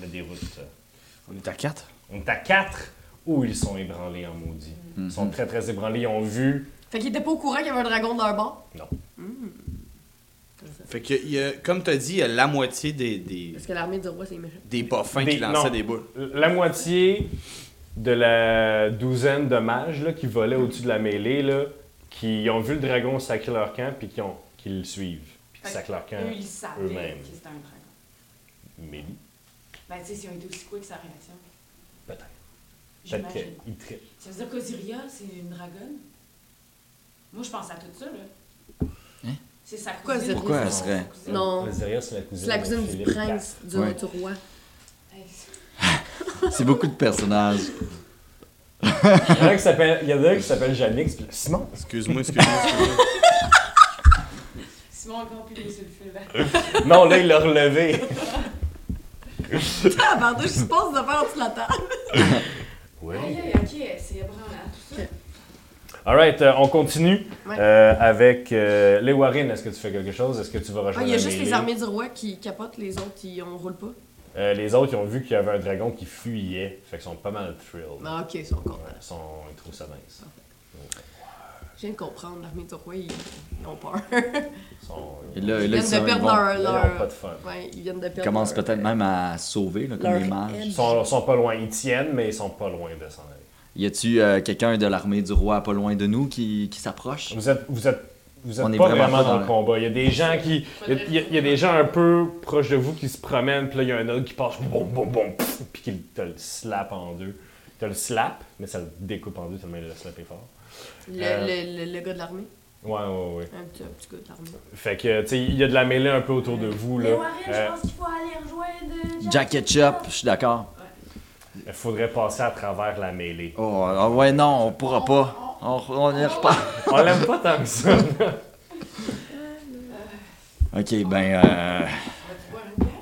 le déroute. On est à 4. On est à 4 où ils sont ébranlés en maudit. Ils sont très très ébranlés, ils ont vu. Fait qu'ils étaient pas au courant qu'il y avait un dragon dans leur bord. Non. Fait que, il y a- comme t'as dit, il y a la moitié des, des, Parce que l'armée du roi, c'est méchant. des pas fins Des- qui lançaient non. des boules. La moitié de la douzaine de mages là, qui volaient au-dessus de la mêlée, là, qui ont vu le dragon sacrer leur camp, puis qui, ont, qui le suivent, puis qui Fait sacrent leur camp Eux, ils savaient eux-mêmes. que c'était un dragon. Mélie, Ben, tu sais, s'ils ont été aussi quick que sa réaction, peut-être. Peut-être j'imagine. qu'ils trippent. Ça veut dire qu'Osiria, c'est une dragonne? Moi, je pense à tout ça, là. Hein? C'est sa cousine. Pourquoi Pourquoi Osiria? elle serait- Non. Osiria, c'est la C'est cousine, la de cousine du Philippe prince, du, Ouais. du <laughs> roi. Hey, c'est- C'est beaucoup de personnages. IV. Il y en a un qui s'appelle- il y en a un qui s'appelle Janix, puis Simon. Excuse-moi, excuse-moi, excuse-moi. Simon a encore pilé sur le fil. Non, là, il l'a relevé. Ah, pardon, je suppose de faire en dessous de la table. Aïe, aïe, ok, c'est ébranlant, tout ça. All right, euh, on continue Ouais. euh, avec euh, les Warren. Est-ce que tu fais quelque chose? Est-ce que tu vas Ah, rejoindre il y a la juste les mêlée? armées du roi qui capotent, les autres, ils, on roule pas. Euh, les autres, ils ont vu qu'il y avait un dragon qui fuyait. Fait qu'ils sont pas mal thrilled. Ah, ok, ils sont contents. Ouais, ils, sont, ils trouvent ça mince. Je viens de comprendre, l'armée du roi, ils, ils ont peur. <laughs> Ils, sont, Et Euh, là, Ils là, ils, viennent sont- de ils perdre vont- là, leur, ils ont leur- pas de fun. Ouais, ils viennent de ils perdre commencent leur- peut-être même à sauver, là, comme leur les mages. Ils sont, ils sont pas loin. Ils tiennent, mais ils sont pas loin de s'en aller. Y a-tu euh, quelqu'un de l'armée du roi pas loin de nous qui, qui s'approche? Vous êtes, vous êtes, vous êtes On est pas vraiment vraiment pas dans, dans le le- combat. Il y a des gens qui. Il y a- il y, a- il y a des gens un peu proches de vous qui se promènent, puis là, il y a un autre qui passe, boum, boum, boum, pff, puis qui te le slap en deux. Tu le slap, mais ça le découpe en deux tellement il l'a slappé fort. Le, Euh. le- le- le gars de l'armée. Ouais, ouais, ouais. Un petit, un petit gars de l'armée. Fait que, tu sais, il y a de la mêlée un peu autour de vous, là. Mais Euh, Warren, je pense qu'il faut aller rejoindre euh, Jack Ketchup, je suis d'accord. Il faudrait passer à travers la mêlée. Oh, ah ouais, non, on pourra pas. On, on y repart. On l'aime pas tant que ça. Ok, ben, euh, Vas-tu boire une bière?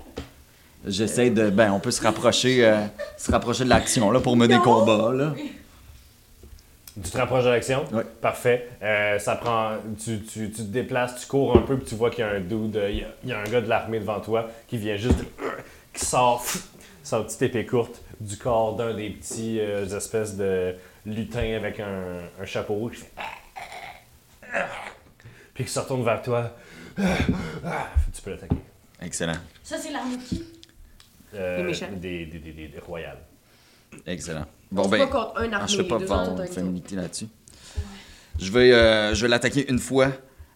j'essaie de. Ben, on peut se rapprocher, euh, se rapprocher de l'action, là, pour mener Non. combat, là. Tu te rapproches de l'action? Ouais. Parfait. Euh, ça prend. Tu, tu- tu te déplaces, tu cours un peu, puis tu vois qu'il y a un dude, euh, il y a, il y a un gars de l'armée devant toi qui vient juste. de- qui sort pff, sa petite épée courte du corps d'un des petits euh, espèces de lutins avec un, un chapeau rouge. qui fait- Puis qui se retourne vers toi. Tu peux l'attaquer. Excellent, Ça, c'est l'arme de qui? Euh, Les méchants. des, des, des, des- des royales. excellent. On Bon, se bat ben, contre un ah, armée. je fais pas deux vendre autres de avec nous. féminité là-dessus. Je vais, euh, je vais l'attaquer une fois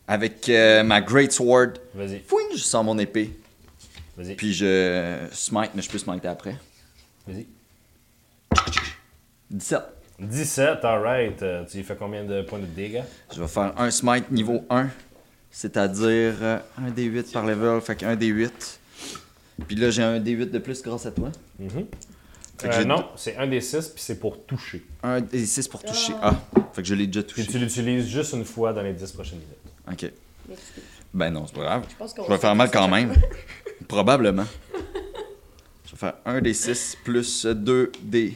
avec euh, ma Great Sword. Vas-y, Fouine, je sens mon épée. vas-y, Puis je smite, mais je peux smiter après. vas-y. 17. 17, alright. Euh, tu y fais combien de points de dégâts? Je vais faire un smite niveau 1, c'est-à-dire euh, un D8 par level, fait que un D8. Puis là, j'ai un D8 de plus grâce à toi. Fait que Mm-hmm. Euh, j'ai non, c'est un des six, puis c'est pour toucher. Un D6 pour toucher. Ah, fait que je l'ai déjà Puis tu touché. l'utilises juste une fois dans les 10 prochaines minutes. Ok. Excuse. Ben non, c'est pas grave. pense qu'on Je vais sait faire que mal c'est quand ça. <laughs> même. Probablement. Je vais faire un D6 plus 2 D8.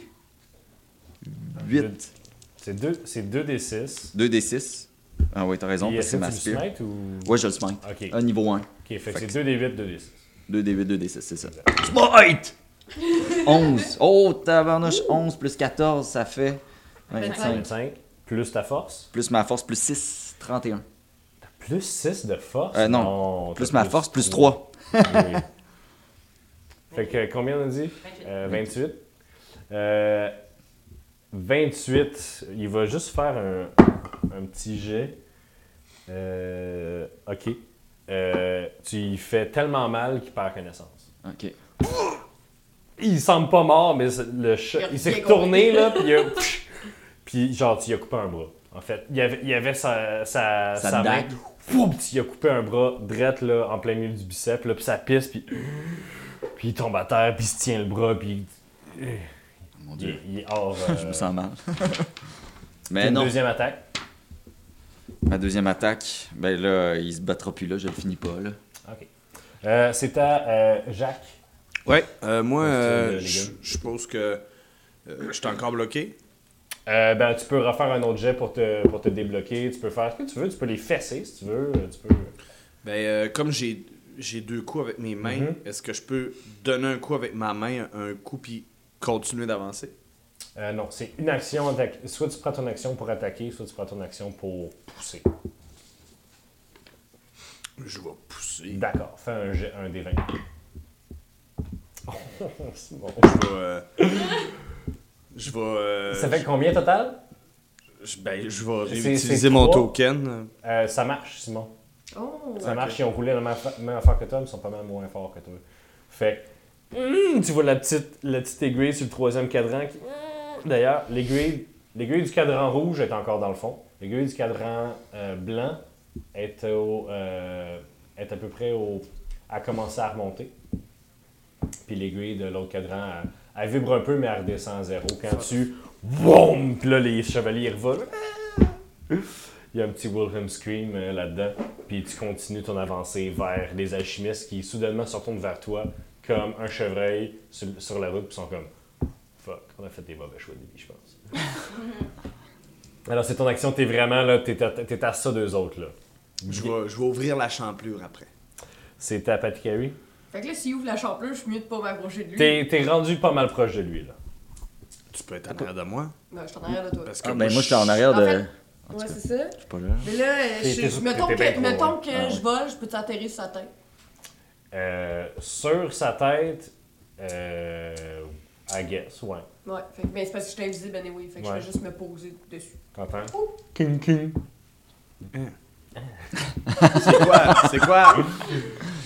C'est deux, c'est deux des 6. 2 D6. Ah oui, t'as raison, Puis parce que est-ce c'est que ma euh, tu le spear. smites ou. Ouais, je le smite. Ok. Un niveau 1. Ok, fait que Fait c'est 2 des 8, 2 des 6. 2d8, 2d6, c'est ça. <laughs> Smite! 11. Oh, tabarnouche, 11 plus 14, ça fait 25. 25, plus ta force. Plus ma force, plus 6, 31. Plus 6 de force. Euh, t'as non. Plus ma force, plus 3. Oui. Fait que combien on a dit Euh, 28. Euh, 28. Il va juste faire un, un petit jet. Euh, ok. Euh, tu y fais tellement mal qu'il perd connaissance. Ok. Il semble pas mort, mais c'est- le cho- Il a il s'est rien retourné là, puis <laughs> il a. puis genre, tu lui as coupé un bras. En fait, il y avait, il y avait sa, sa, Sa sa main. dague. Poum, puis il a coupé un bras drette là, en plein milieu du biceps, là, puis ça pisse, puis. Puis il tombe à terre, puis il se tient le bras, puis il- Mon il, dieu, est- il est hors. euh, <laughs> je me <laughs> sens mal. t'as Mais une non, deuxième attaque. ma deuxième attaque, ben là, il se battra plus là, je le finis pas là. Ok. Euh, c'est à euh, Jacques. Ouais, euh, moi, Euh, euh, les je gars. je suppose que euh, je suis encore bloqué. Euh, ben, tu peux refaire un autre jet pour te, pour te débloquer. Tu peux faire ce que tu veux. Tu peux les fesser si tu veux. euh, Tu peux... Ben, euh, comme j'ai j'ai deux coups avec mes mains, Mhm. est-ce que je peux donner un coup avec ma main, un coup, puis continuer d'avancer? Euh, non, c'est une action. attaque- Soit tu prends ton action pour attaquer, soit tu prends ton action pour pousser. Je vais pousser. D'accord, fais un, jet- un des 20. c'est bon. Je vais... euh, je vais... euh, Ça fait combien total? je- ben, je vais C'est- réutiliser c'est mon trois. token. Euh, ça marche, Simon. Oh. Ça marche, ils ont roulé la même affa- même affaire que toi, mais ils sont pas mal moins forts que toi. Fait que, hum, tu vois la petite, la petite aiguille sur le troisième cadran. qui- hum. D'ailleurs, l'aiguille l'aiguille du cadran rouge est encore dans le fond. L'aiguille du cadran euh, blanc est, au, euh, est à peu près au, a commencé à remonter. Puis l'aiguille de l'autre cadran, elle, elle vibre un peu, mais elle redescend à zéro. Quand tu. Boum! Puis là, les chevaliers revolent. Il y a un petit Wilhelm Scream euh, là-dedans. Puis tu continues ton avancée vers les alchimistes qui soudainement se retournent vers toi comme un chevreuil sur, sur la route. Puis sont comme Fuck, on a fait des mauvais choix de vie, je pense. Alors, c'est ton action, t'es vraiment là, t'es à, t'es à ça d'eux autres là. Je vais, je vais ouvrir la champlure après. C'est ta Patty Carey. Fait que là, s'il ouvre la champleur, je suis mieux de pas m'approcher de lui. T'es t'es rendu pas mal proche de lui là. Tu peux être en arrière de moi? Non, je suis en arrière de toi. Parce que Ah, ben moi, j'étais en arrière En de. fait- Ouais, c'est ça. Je suis pas là. Mais là, euh, T'es- je, t'es- je- mettons t'es bien que, trop mettons loin. que Ah, je ouais. vole, je peux t'atterrir sur sa tête. Euh, sur sa tête, euh, I guess, ouais. Ouais, fait que, ben, c'est parce que je suis invisible, anyway. Fait que Ouais. je vais juste me poser dessus. T'entends? <laughs> C'est quoi? C'est quoi?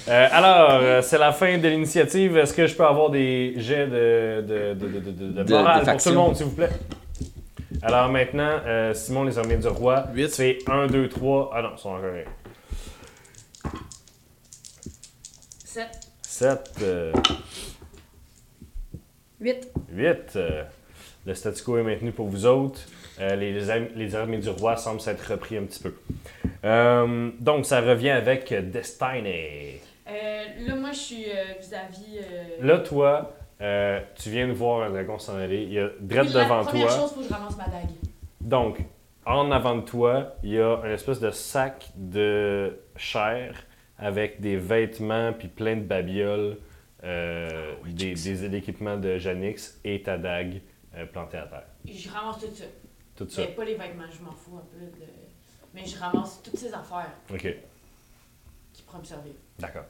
Euh, alors, euh, c'est la fin de l'initiative. Est-ce que je peux avoir des jets de, de, de, de, de- de De- morale pour de tout faction. le monde, s'il vous plaît? Alors maintenant, euh, Simon, les armées du roi. Huit. C'est 1, 2, 3. Ah non, ils sont encore 7, 7, 8. 8. euh, le statu quo est maintenu pour vous autres. Euh, les, les am- les armées du roi semblent s'être repris un petit peu. Euh, donc, ça revient avec euh, Destiny. Euh, là, moi, je suis euh, vis-à-vis. euh, Là, toi, euh, tu viens de voir un dragon s'en aller. Il y a oui, direct la devant toi. Première chose, faut que je ramasse ma dague. Donc, en avant de toi, il y a un espèce de sac de chair avec des vêtements puis plein de babioles, euh, des, des équipements de Janix et ta dague euh, plantée à terre. Je ramasse tout ça. Tout ça. Mais pas les vêtements, je m'en fous un peu. De... Mais je ramasse toutes ces affaires OK, qui pourraient me servir. d'accord.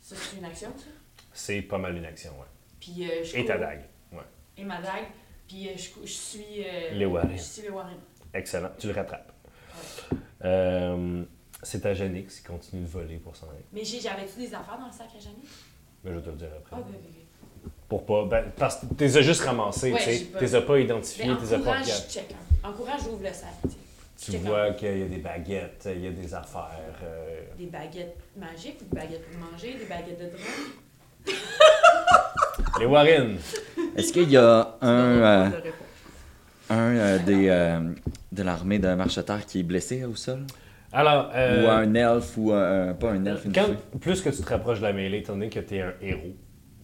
Ça, c'est une action, ça. C'est pas mal une action, ouais. Puis, euh, je Et ta cours- dague. Ouais. Et ma dague. Puis, euh, je, cou- je suis. euh, Les Warren. Je suis les Warren. Excellent, tu le rattrapes. Euh, c'est ta Janix qui continue de voler pour s'en aller. Mais j'ai- j'avais-tu des affaires dans le sac à Janine? Ah. Mais je vais te le dire après. Ah, ben, ben, ben. Pour pas. ben, parce que tu les as juste ramassés, Ouais, tu sais. j'ai pas- Tu les as pas Mais identifiés, Ben, en tu les as pas courage, regardés. je check. En courage, j'ouvre le sac. tu sais. Je Tu check en- vois qu'il y a des baguettes, il y a des affaires. euh, Des baguettes magiques, des baguettes pour manger, des baguettes de drone. Les Warren! Est-ce qu'il y a un, euh, Je réponds. un euh, des, euh, de l'armée d'un marcheteur qui est blessé au sol Alors, euh, Ou un elfe, ou un. Pas un elfe, une quand- fée. plus que tu te rapproches de la mêlée, étant donné que tu es un héros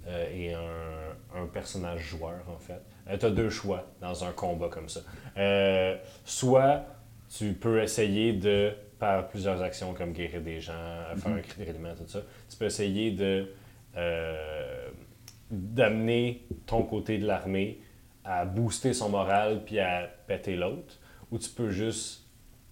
euh, et un, un personnage joueur, en fait, tu as deux choix dans un combat comme ça. Euh, soit tu peux essayer de, par plusieurs actions comme guérir des gens, euh, faire un cri de ralliement, tout ça, tu peux essayer de euh, d'amener ton côté de l'armée à booster son moral puis à péter l'autre, ou tu peux juste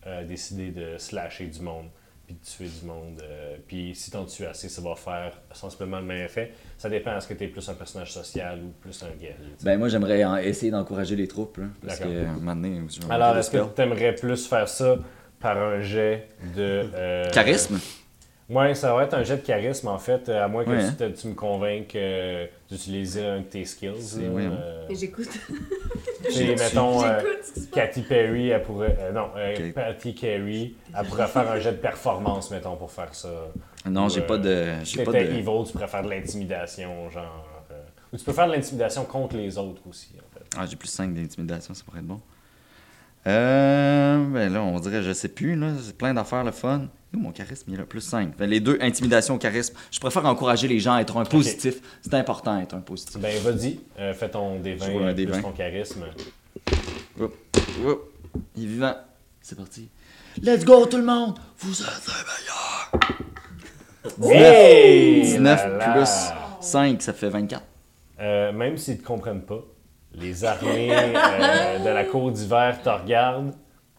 euh, décider de slasher du monde puis de tuer du monde. euh, puis si t'en tues assez, ça va faire sensiblement le même effet. Ça dépend, est-ce que t'es plus un personnage social ou plus un guerrier. tu sais. Ben moi j'aimerais en- essayer d'encourager les troupes là, parce que D'accord. euh, un moment donné, je vais manquer Alors, de est-ce spell. que t'aimerais plus faire ça par un jet de... euh, charisme Ouais, ça va être un jet de charisme, en fait, euh, à moins que Ouais, tu, hein. te- tu me convainques euh, d'utiliser un de tes skills. C'est- là, oui, hein. euh, Et J'écoute. <laughs> tu sais, mettons, euh, J'écoute ce qui se passe. Katy Perry, elle pourrait... euh, non, euh, Ok. Patty Carey, elle pourrait faire un jet de performance, mettons, pour faire ça. Non, Ou, j'ai euh, pas de Si j'ai pas t'étais de evil, tu pourrais faire de l'intimidation, genre. euh, Ou tu peux faire de l'intimidation contre les autres aussi, en fait. Ah, j'ai plus 5 d'intimidation, ça pourrait être bon. Euh, ben là, on dirait, je sais plus, là, c'est plein d'affaires, le fun. Où mon charisme, il a plus 5. les deux, intimidation, charisme. Je préfère encourager les gens à être un positif. C'est important d'être un positif. Ben, vas-y, euh, fais ton Je vois D20 un plus D20. ton charisme. Oups, oups, il est vivant. C'est parti. Let's go, tout le monde! Vous êtes les meilleurs! 19, Hey! 19 Là, là. plus 5, ça fait 24. Euh, même s'ils te comprennent pas, les armées euh, de la cour d'hiver te regardent.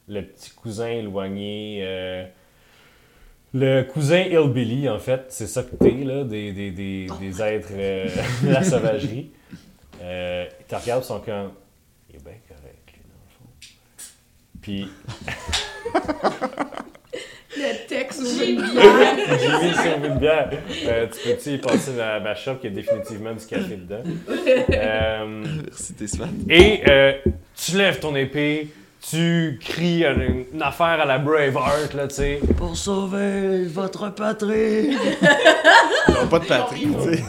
Le petit cousin éloigné. euh, Le cousin Hillbilly, en fait, c'est ça que t'es, là, des, des, des, des êtres euh, <laughs> de la sauvagerie. Euh, ils te regardent, ils sont comme. Il est bien correct, lui, dans le fond. Puis, Le texte Jimmy, si on veut une bière, euh, tu peux-tu y passer dans ma shop qui a définitivement du café dedans? Euh, Merci, t'es smart. Et euh, tu lèves ton épée, tu cries une, une affaire à la Braveheart, là, tu sais. Pour sauver votre patrie! Ils pas <laughs> de patrie, tu sais.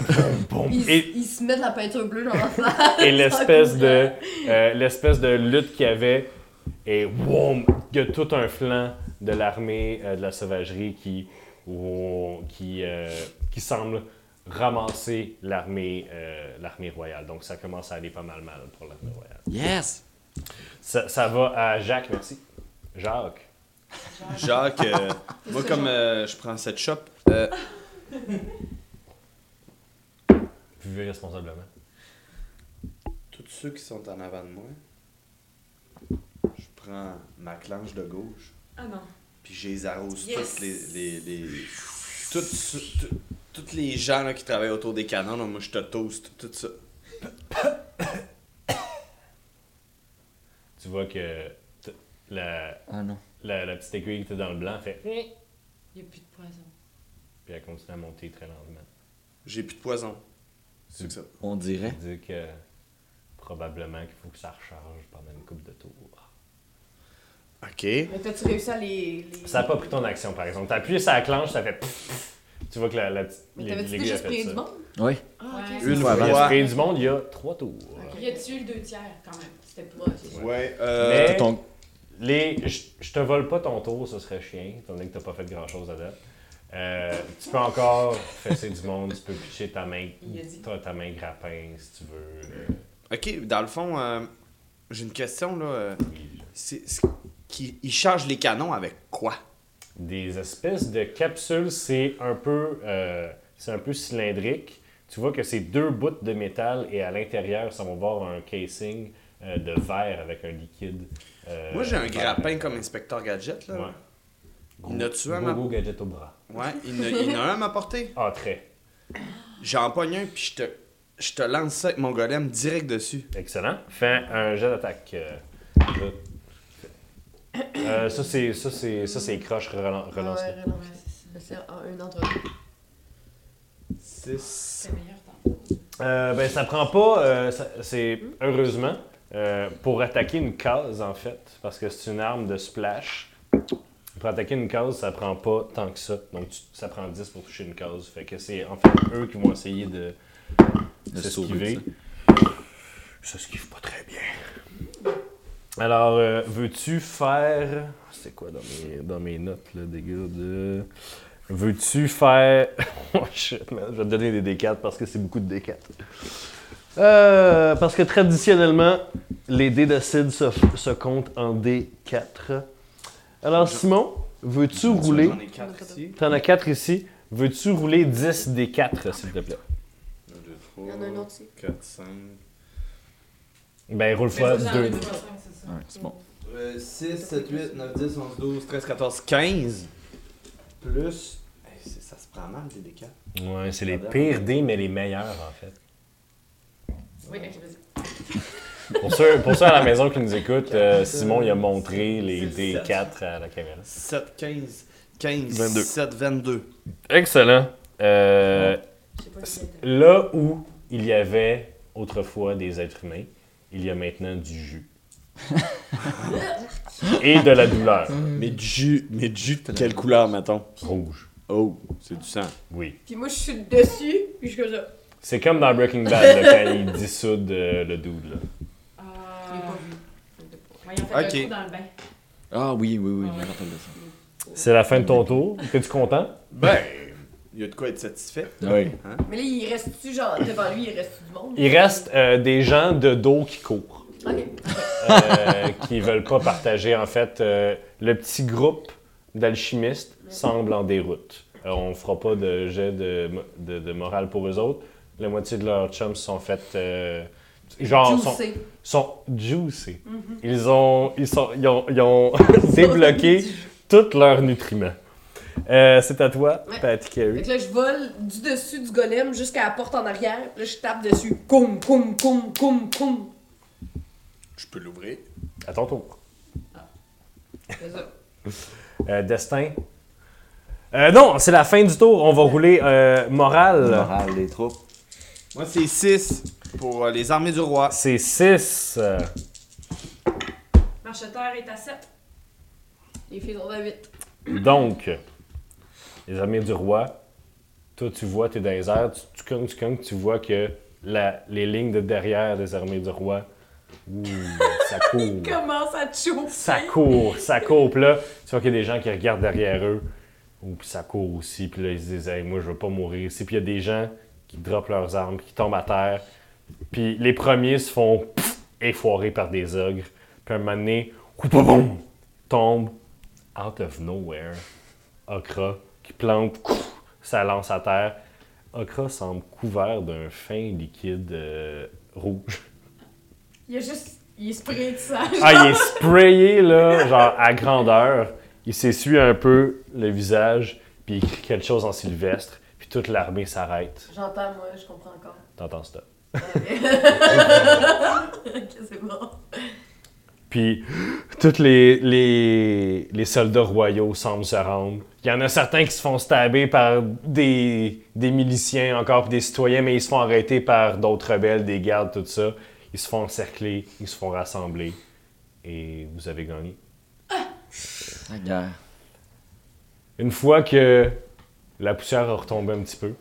Boum. il, Et, il se met de la peinture bleue dans la face. et l'espèce de euh, l'espèce de lutte qu'il y avait et woum, il y a tout un flanc de l'armée euh, de la sauvagerie qui woum, qui euh, qui semble ramasser l'armée euh, l'armée royale. Donc ça commence à aller pas mal mal pour l'armée royale. Yes! Ça, ça va à Jacques, merci. Jacques. Jacques, euh, moi, comme euh, je prends cette shop, euh, Vivez responsablement. tous ceux qui sont en avant de moi, je prends ma clenche de gauche, Ah non. puis je les arrose Yes. toutes les. les, les- toutes ceux- tout- toutes les gens là, qui travaillent autour des canons, là, moi je te toast, tout ça. Tu vois que t- la Ah non. la, la petite aiguille qui était dans le blanc fait puis Il n'y a plus de poison. elle continue à monter très lentement. J'ai plus de poison. C'est que ça. On dirait. Ça veut dire que probablement qu'il faut que ça recharge pendant une coupe de tours. OK. Mais t'as-tu réussi à les. les- Ça n'a pas pris ton action, par exemple. T'as appuyé sur la clanche, ça fait pff, pff. Tu vois que la, la petite- Mais l'ai- t'avais-tu l'aiguille déjà a fait pris ça. du monde? Oui. Ah, ok. Une Ouais, fois. Il a sprayé du monde il y a trois tours. Il a tué le deux tiers quand même. C'était pas. Ouais, Mais- euh... ton- Les, je, je te vole pas ton tour, ce serait chiant, étant donné que t'as pas fait grand chose à date. Euh, tu peux encore fesser du monde, tu peux pitcher ta main, Il a dit. ta, ta main grappin si tu veux. euh, OK, dans le fond, euh, j'ai une question, là. euh, oui. C'est... c'est qui- Ils chargent les canons avec quoi? des espèces de capsules, c'est un peu euh, c'est un peu cylindrique. Tu vois que c'est deux bouts de métal et à l'intérieur, ça va voir un casing euh, de verre avec un liquide. euh, Moi, j'ai un vert. grappin comme inspecteur gadget, là. Ouais. Il n'a-tu un, ma- Gogo gadget au bras. Ouais, il n'a- il n'a un à m'apporter. Ah, très. J'en pogne un, puis je te... Je te lance ça avec mon golem direct dessus. Excellent. Fais un jet d'attaque. euh, là. Euh, ça, c'est ça, c'est ça, c'est croche relan- Ah relance. ouais, relance. C'est un- un entre deux. 6. C'est le meilleur temps. Euh, ben, ça prend pas. euh, ça- c'est heureusement euh, pour attaquer une case en fait, parce que c'est une arme de splash. Pour attaquer une case, ça prend pas tant que ça. Donc tu- ça prend 10 pour toucher une case. Fait que c'est en fait eux qui vont essayer de De sauver s'esquiver. Ça esquive pas très bien. Alors, euh, veux-tu faire. C'est quoi dans mes, dans mes notes, là, des gars de. Veux-tu faire. <laughs> oh shit, man, je vais te donner des D4 parce que c'est beaucoup de D4. Euh, parce que traditionnellement, les dés d'acide se, se comptent en D4. Alors, Simon, veux-tu rouler. J'en ai quatre ici. T'en as 4 ici. Veux-tu rouler 10 D4, s'il te plaît? 1, 2, Il y en a un autre ici. 4, 5... Ben, roule Mais fois ça, j'en ai 2. pas cinq, c'est ça. Ouais, c'est bon. 6, 7, 8, 9, 10, 11, 12, 13, 14, 15. Plus. Hey, c'est- ça se prend mal, des décals. Ouais, c'est les pires dés, mais les meilleurs, en fait. Oui, ok, vas-y. Pour ceux, pour ceux à la maison qui nous écoutent, euh, Simon il a montré les D4 à la caméra. 7, 15, 15, 22. 7, 22. Excellent. Euh, Je sais pas si c'était. là où il y avait autrefois des êtres humains, il y a maintenant du jus. Et de la douleur. Mais du jus, mais du jus de quelle couleur, mettons Rouge. Oh, c'est du sang. Oui. Puis moi, je suis dessus, puis je suis comme ça. C'est comme dans Breaking Bad, là, quand ils dissoudent euh, le dude. Là. Je l'ai pas Ah. vu. Voyons, fait Ok. le trou dans le bain. Ah oui, oui, oui, Ah je ouais. me rappelle de ça. C'est la fin de ton tour. Es-tu content? Ben, il y a de quoi être satisfait. Oui. Mais là, il reste-tu, genre, devant lui, il reste du monde? Il reste euh, des gens de dos qui courent. Ok. euh, <laughs> qui veulent pas partager. En fait, euh, le petit groupe d'alchimistes semble en déroute. Euh, on fera pas de jet de, mo- de- de morale pour eux autres. La moitié de leurs chums sont faites. euh, genre, sont, Juicé. sont juicy. Ils ont, ils sont, ils ont, ils ont débloqué tous leurs nutriments. Euh, C'est à toi, Ouais. Patty Fait Carey. que là, je vole du dessus du golem jusqu'à la porte en arrière. Là, je tape dessus. Coum, coum, coum, coum, coum. Je peux l'ouvrir. À ton tour. C'est ça. Euh, Destin. Euh, non, c'est la fin du tour. On va rouler euh, morale. Morale des troupes. Moi, c'est 6 pour euh, les armées du roi. C'est 6. Marcheteur est à 7. Les filles ont la vite. Donc, les armées du roi, toi, tu vois, t'es dans les airs, tu, tu cognes, tu cognes, tu vois que la- les lignes de derrière des armées du roi, ouh, ça court. Commence à te chauffer. ça court, ça court. Puis là, tu vois qu'il y a des gens qui regardent derrière eux, ou puis ça court aussi. Puis là, ils se disent, Hey, moi, je veux pas mourir ici. Puis il y a des gens qui droppent leurs armes, qui tombent à terre. Puis les premiers se font pff, effoirer par des ogres. Puis un moment donné, boum, tombe out of nowhere. Okra qui plante couf, sa lance à terre. Okra semble couvert d'un fin liquide euh, rouge. Il a juste. Il est spray de sang. <laughs> Ah, il est sprayé, là, genre à grandeur. Il s'essuie un peu le visage, puis il crie quelque chose en sylvestre, puis toute l'armée s'arrête. J'entends, moi, je comprends encore. T'entends ça? <laughs> ok, c'est bon. Puis tous les, les, les soldats royaux semblent se rendre. Il y en a certains qui se font stabber par des, des miliciens encore, puis des citoyens, mais ils se font arrêter par d'autres rebelles, des gardes, tout ça. Ils se font encercler, ils se font rassembler, et vous avez gagné. Ta guerre. Une fois que la poussière a retombé un petit peu,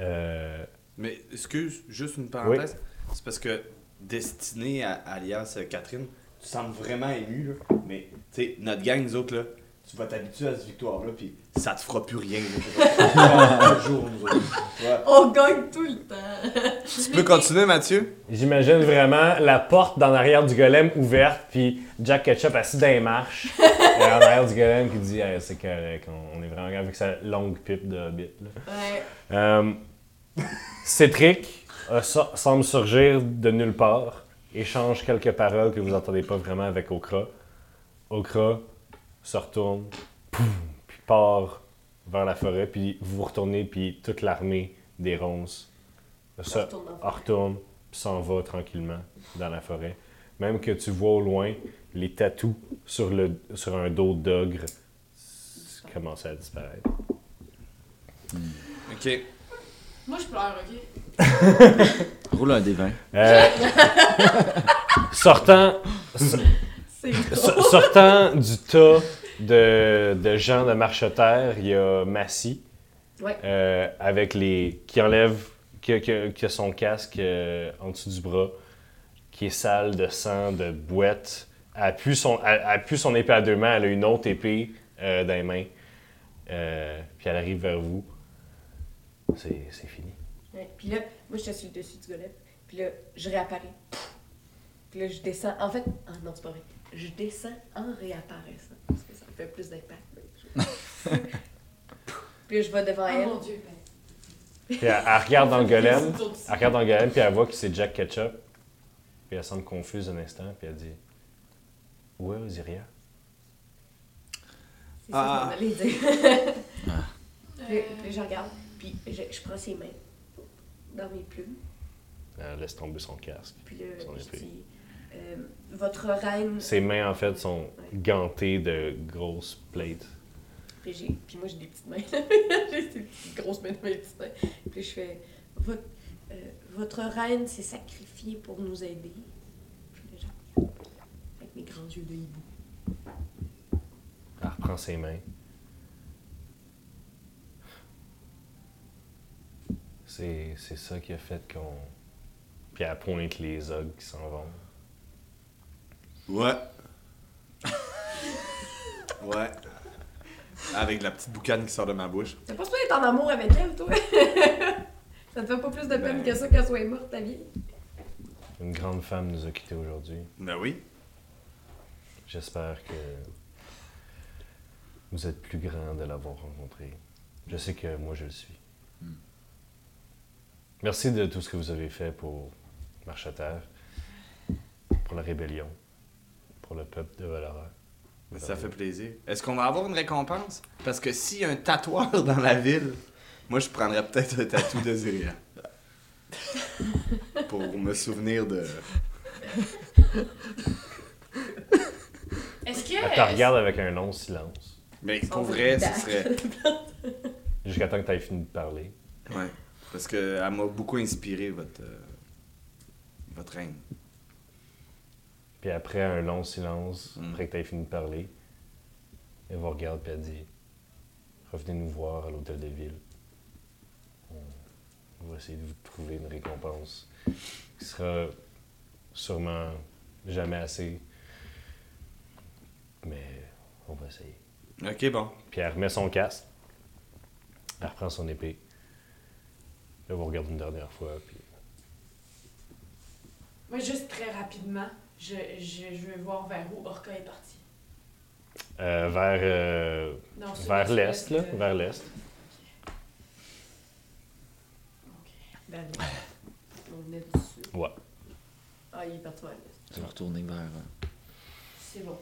euh, Mais excuse, juste une parenthèse. C'est parce que destiné à alias euh, Catherine, tu sembles vraiment ému, là. Mais, tu sais, notre gang, nous autres, là, tu vas t'habituer à cette victoire-là, puis ça te fera plus rien. là. <laughs> Un jour, nous autres. Ouais. On gagne tout le temps. Tu peux continuer, Mathieu? J'imagine vraiment la porte dans l'arrière du golem ouverte, puis Jack Ketchup assis dans les marches, et en arrière du golem qui dit Hey, C'est correct, on, on est vraiment grave avec sa longue pipe de hobbit. là. Ouais. Euh, Cétric euh, so- semble surgir de nulle part, échange quelques paroles que vous entendez pas vraiment avec Okra. Okra se retourne, pouf, puis part vers la forêt, puis vous vous retournez, puis toute l'armée des ronces se retourne dans la forêt. retourne, puis s'en va tranquillement dans la forêt. Même que tu vois au loin les tatous sur, le, sur un dos d'ogre s- commencer à disparaître. Ok. Moi, je pleure, ok? Roule un des vins. Euh, <laughs> sortant, C'est drôle. so- sortant du tas de, de gens de marchetaire, il y a Massy Ouais. euh, avec les qui enlève qui, qui- qui a son casque euh, en dessous du bras, qui est sale de sang, de boîte. Elle appuie son, elle- elle appuie son épée à deux mains, elle a une autre épée euh, dans les mains. Euh, puis elle arrive vers vous. C'est c'est fini. Ouais, Puis là, moi, j'étais sur le dessus du golem. Puis là, je réapparais. Puis là, je descends. En fait, ah non, c'est pas vrai. Je descends en réapparaissant. Parce que ça me fait plus d'impact. Puis là, je vais devant Oh elle. mon dieu, ben. Puis elle, elle regarde dans le <laughs> golem. Elle regarde dans le golem, puis elle voit que c'est Jack Ketchup. Puis elle semble confuse un instant, puis elle dit Où est Osiria C'est ça, je m'en allais dire. <laughs> Puis, Euh, puis je regarde. Puis je, je prends ses mains dans mes plumes. Elle laisse tomber son casque. Puis là, Son je épée. dis euh, Votre reine. Ses mains, en fait, sont gantées de grosses plates. Puis, j'ai- puis moi, j'ai des petites mains. <laughs> j'ai des petites grosses mains dans mes petites mains. Puis je fais Votre, euh, votre reine s'est sacrifiée pour nous aider. Puis là, je regarde avec mes grands yeux de hibou. Elle reprend ses mains. C'est c'est ça qui a fait qu'on. Puis elle pointe les ogres qui s'en vont. Ouais. <laughs> ouais. Avec la petite boucane qui sort de ma bouche. T'as pas supposé être en amour avec elle, toi <laughs> Ça te fait pas plus de peine Ben. que ça qu'elle soit morte, ta vie Une grande femme nous a quittés aujourd'hui. Ben oui. J'espère que vous êtes plus grand de l'avoir rencontré. Je sais que moi, je le suis. Merci de tout ce que vous avez fait pour Marche à Terre, pour la rébellion, pour le peuple de Valorant. Mais ça fait plaisir. Est-ce qu'on va avoir une récompense? Parce que s'il y a un tatoueur dans la ville, moi je prendrais peut-être un tatou de Ziria. Pour me souvenir de. Est-ce Elle te que. regarde avec un long silence, Mais pour vrai, ce serait. jusqu'à temps que tu aies fini de parler. Ouais. Parce que elle m'a beaucoup inspiré, votre. euh, votre reine. Puis après un long silence, Mm. après que tu aies fini de parler, elle vous regarde et elle dit Revenez nous voir à l'hôtel de ville. On- On va essayer de vous trouver une récompense qui sera sûrement jamais assez. Mais on va essayer. Ok, bon. Puis elle remet son casque. Elle reprend son épée. Elle vous regarde une dernière fois. Puis Moi, juste très rapidement, je, je, je veux voir vers où Orca est parti. Euh, vers euh, Non, c'est vers pas- l'est, là. euh, Vers l'est. ok. Ben, <laughs> on venait du sud. Ouais. Ah, il est parti vers l'est. Tu vas retourner vers. euh, C'est bon.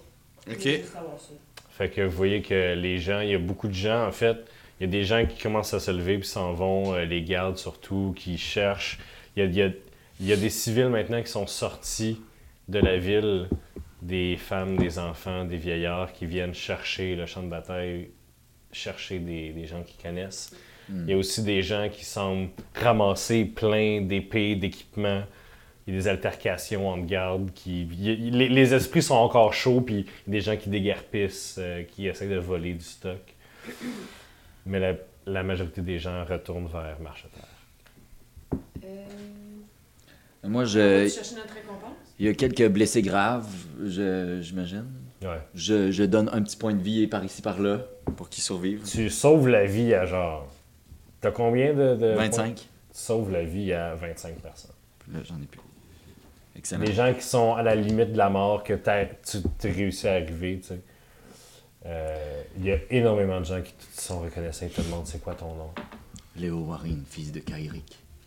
Je Ok. Euh, voulais juste savoir ça. Fait que vous voyez que les gens, il y a beaucoup de gens en fait. Il y a des gens qui commencent à se lever puis s'en vont, euh, les gardes surtout, qui cherchent. Il y a, il y a- il y a des civils maintenant qui sont sortis de la ville, des femmes, des enfants, des vieillards qui viennent chercher le champ de bataille, chercher des, des gens qu'ils connaissent. Il y a aussi des gens qui semblent ramasser plein d'épées, d'équipements, il y a des altercations entre gardes. Qui, il y a- il- les, les esprits sont encore chauds, puis il y a des gens qui déguerpissent, euh, qui essaient de voler du stock. Mais la, la majorité des gens retournent vers Marche à Terre. Euh, Moi, on va je... chercher notre récompense. il y a quelques blessés graves, je- j'imagine. Ouais. Je, je donne un petit point de vie par ici, par là, pour qu'ils survivent. Tu sauves la vie à genre. T'as combien de. de 25. Tu sauves la vie à 25 personnes. Puis Là, j'en ai plus. Excellent. Les gens qui sont à la limite de la mort, que t'as- tu t'es réussi à arriver, tu sais. Euh, Il y a énormément de gens qui t- sont reconnaissants et te demandent c'est quoi ton nom. Léo Warren, fils de Kairik.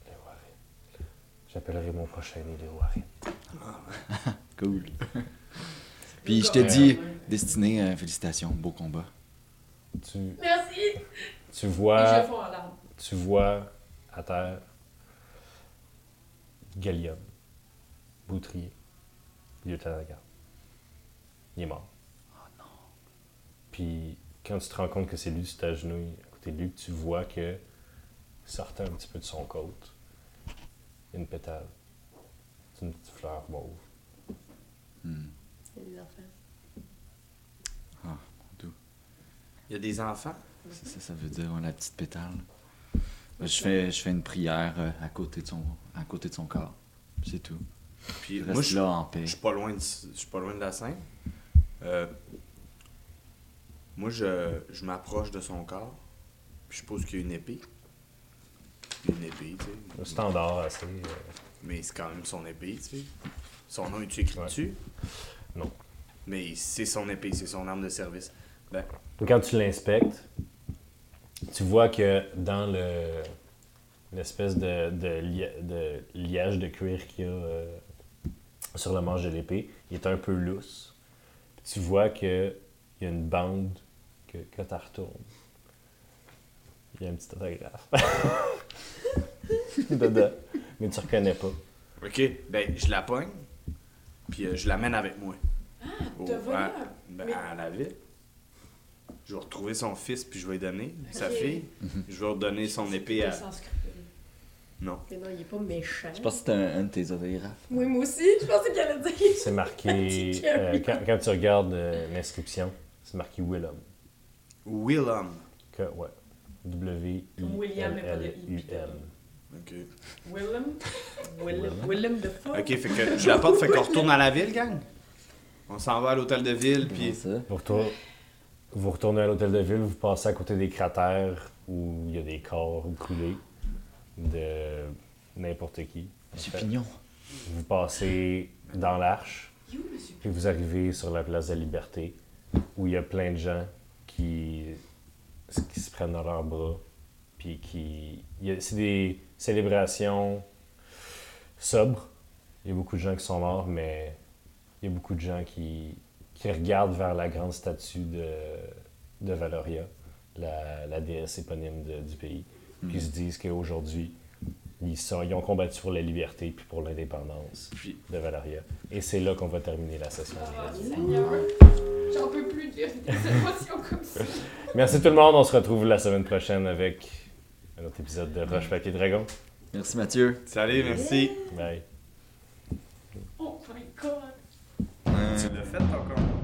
Léo Harit. J'appellerai mon prochain nid Léo Harit. Cool. Puis je te dis, Destiné, euh, félicitations, beau combat. Tu, Merci! Et tu je vois, fonds en larmes. tu vois à terre Gallium, Boutrier, lieutenant de garde. Il est mort. Oh Puis quand tu te rends compte que c'est lui, tu t'agenouilles à côté de lui, puis tu vois que sortant un petit peu de son côte, il y a une pétale. C'est une petite fleur mauve. Il y a des enfants. Il y a des enfants. Ça, ça, ça veut dire ouais, la petite pétale. Ben, Je fais, je fais une prière euh, à, côté de son, à côté de son corps. C'est tout. Puis Je moi, reste je, là en paix. je suis pas loin de, je suis pas loin de la scène. Euh, moi, je, je m'approche de son corps. Puis je suppose qu'il y a une épée. Une Le épée, tu sais. standard assez. euh, Mais c'est quand même son épée, tu sais. Son nom est-tu écrit Ouais. dessus? non. Mais c'est son épée, c'est son arme de service. Ben, Donc, quand tu l'inspectes, tu vois que dans le l'espèce de, de, lia- de liage de cuir qu'il y a euh, sur la manche de l'épée, il est un peu lousse. Puis tu vois que il y a une bande que, que tu retournes. Il y a un petit autographe. <laughs> Dedans. Mais tu reconnais pas. ok, ben, je la pogne. Puis euh, je l'amène avec moi. Ah, t'as volé un- mais- Ben, à la ville. Je vais retrouver son fils, puis je vais lui donner. Sa Ok. fille. Je vais redonner son épée à. Sans scrupule. Non. Mais non, il est pas méchant. Je pense que c'est un, un de tes autographes. Oui, moi aussi, je pensais qu'il allait dire. C'est marqué. euh, quand, quand tu regardes euh, l'inscription, c'est marqué Willem. Willem. Que, ouais. W. Comme William, mais pas de I, U puis M. Ok. Willem? Willem? Willem de Fou? Ok, fait que je la porte, fait qu'on retourne à la ville, gang. On s'en va à l'hôtel de ville, Puis puis. ça. Vous, retour- vous retournez à l'hôtel de ville, vous passez à côté des cratères où il y a des corps brûlés de n'importe qui. en J'ai fait. pignon. Vous passez dans l'arche, You, monsieur. puis vous arrivez sur la place de la Liberté où il y a plein de gens qui, qui se prennent dans leurs bras. Puis qui. il y a- C'est des célébrations sobres. Il y a beaucoup de gens qui sont morts, mais il y a beaucoup de gens qui, qui regardent vers la grande statue de, de Valoria, la, la déesse éponyme de- du pays, puis ils se disent qu'aujourd'hui, ils, sont- ils ont combattu pour la liberté puis pour l'indépendance Puis- de Valoria. Et c'est là qu'on va terminer la session Ah, d'aujourd'hui. Seigneur. J'en peux plus de vivre des émotions comme ça. Merci tout le monde, on se retrouve la semaine prochaine avec un autre épisode de Roche Papier Dragon. Merci Mathieu. Salut, merci. Bye. Oh my god. Tu l'as fait encore?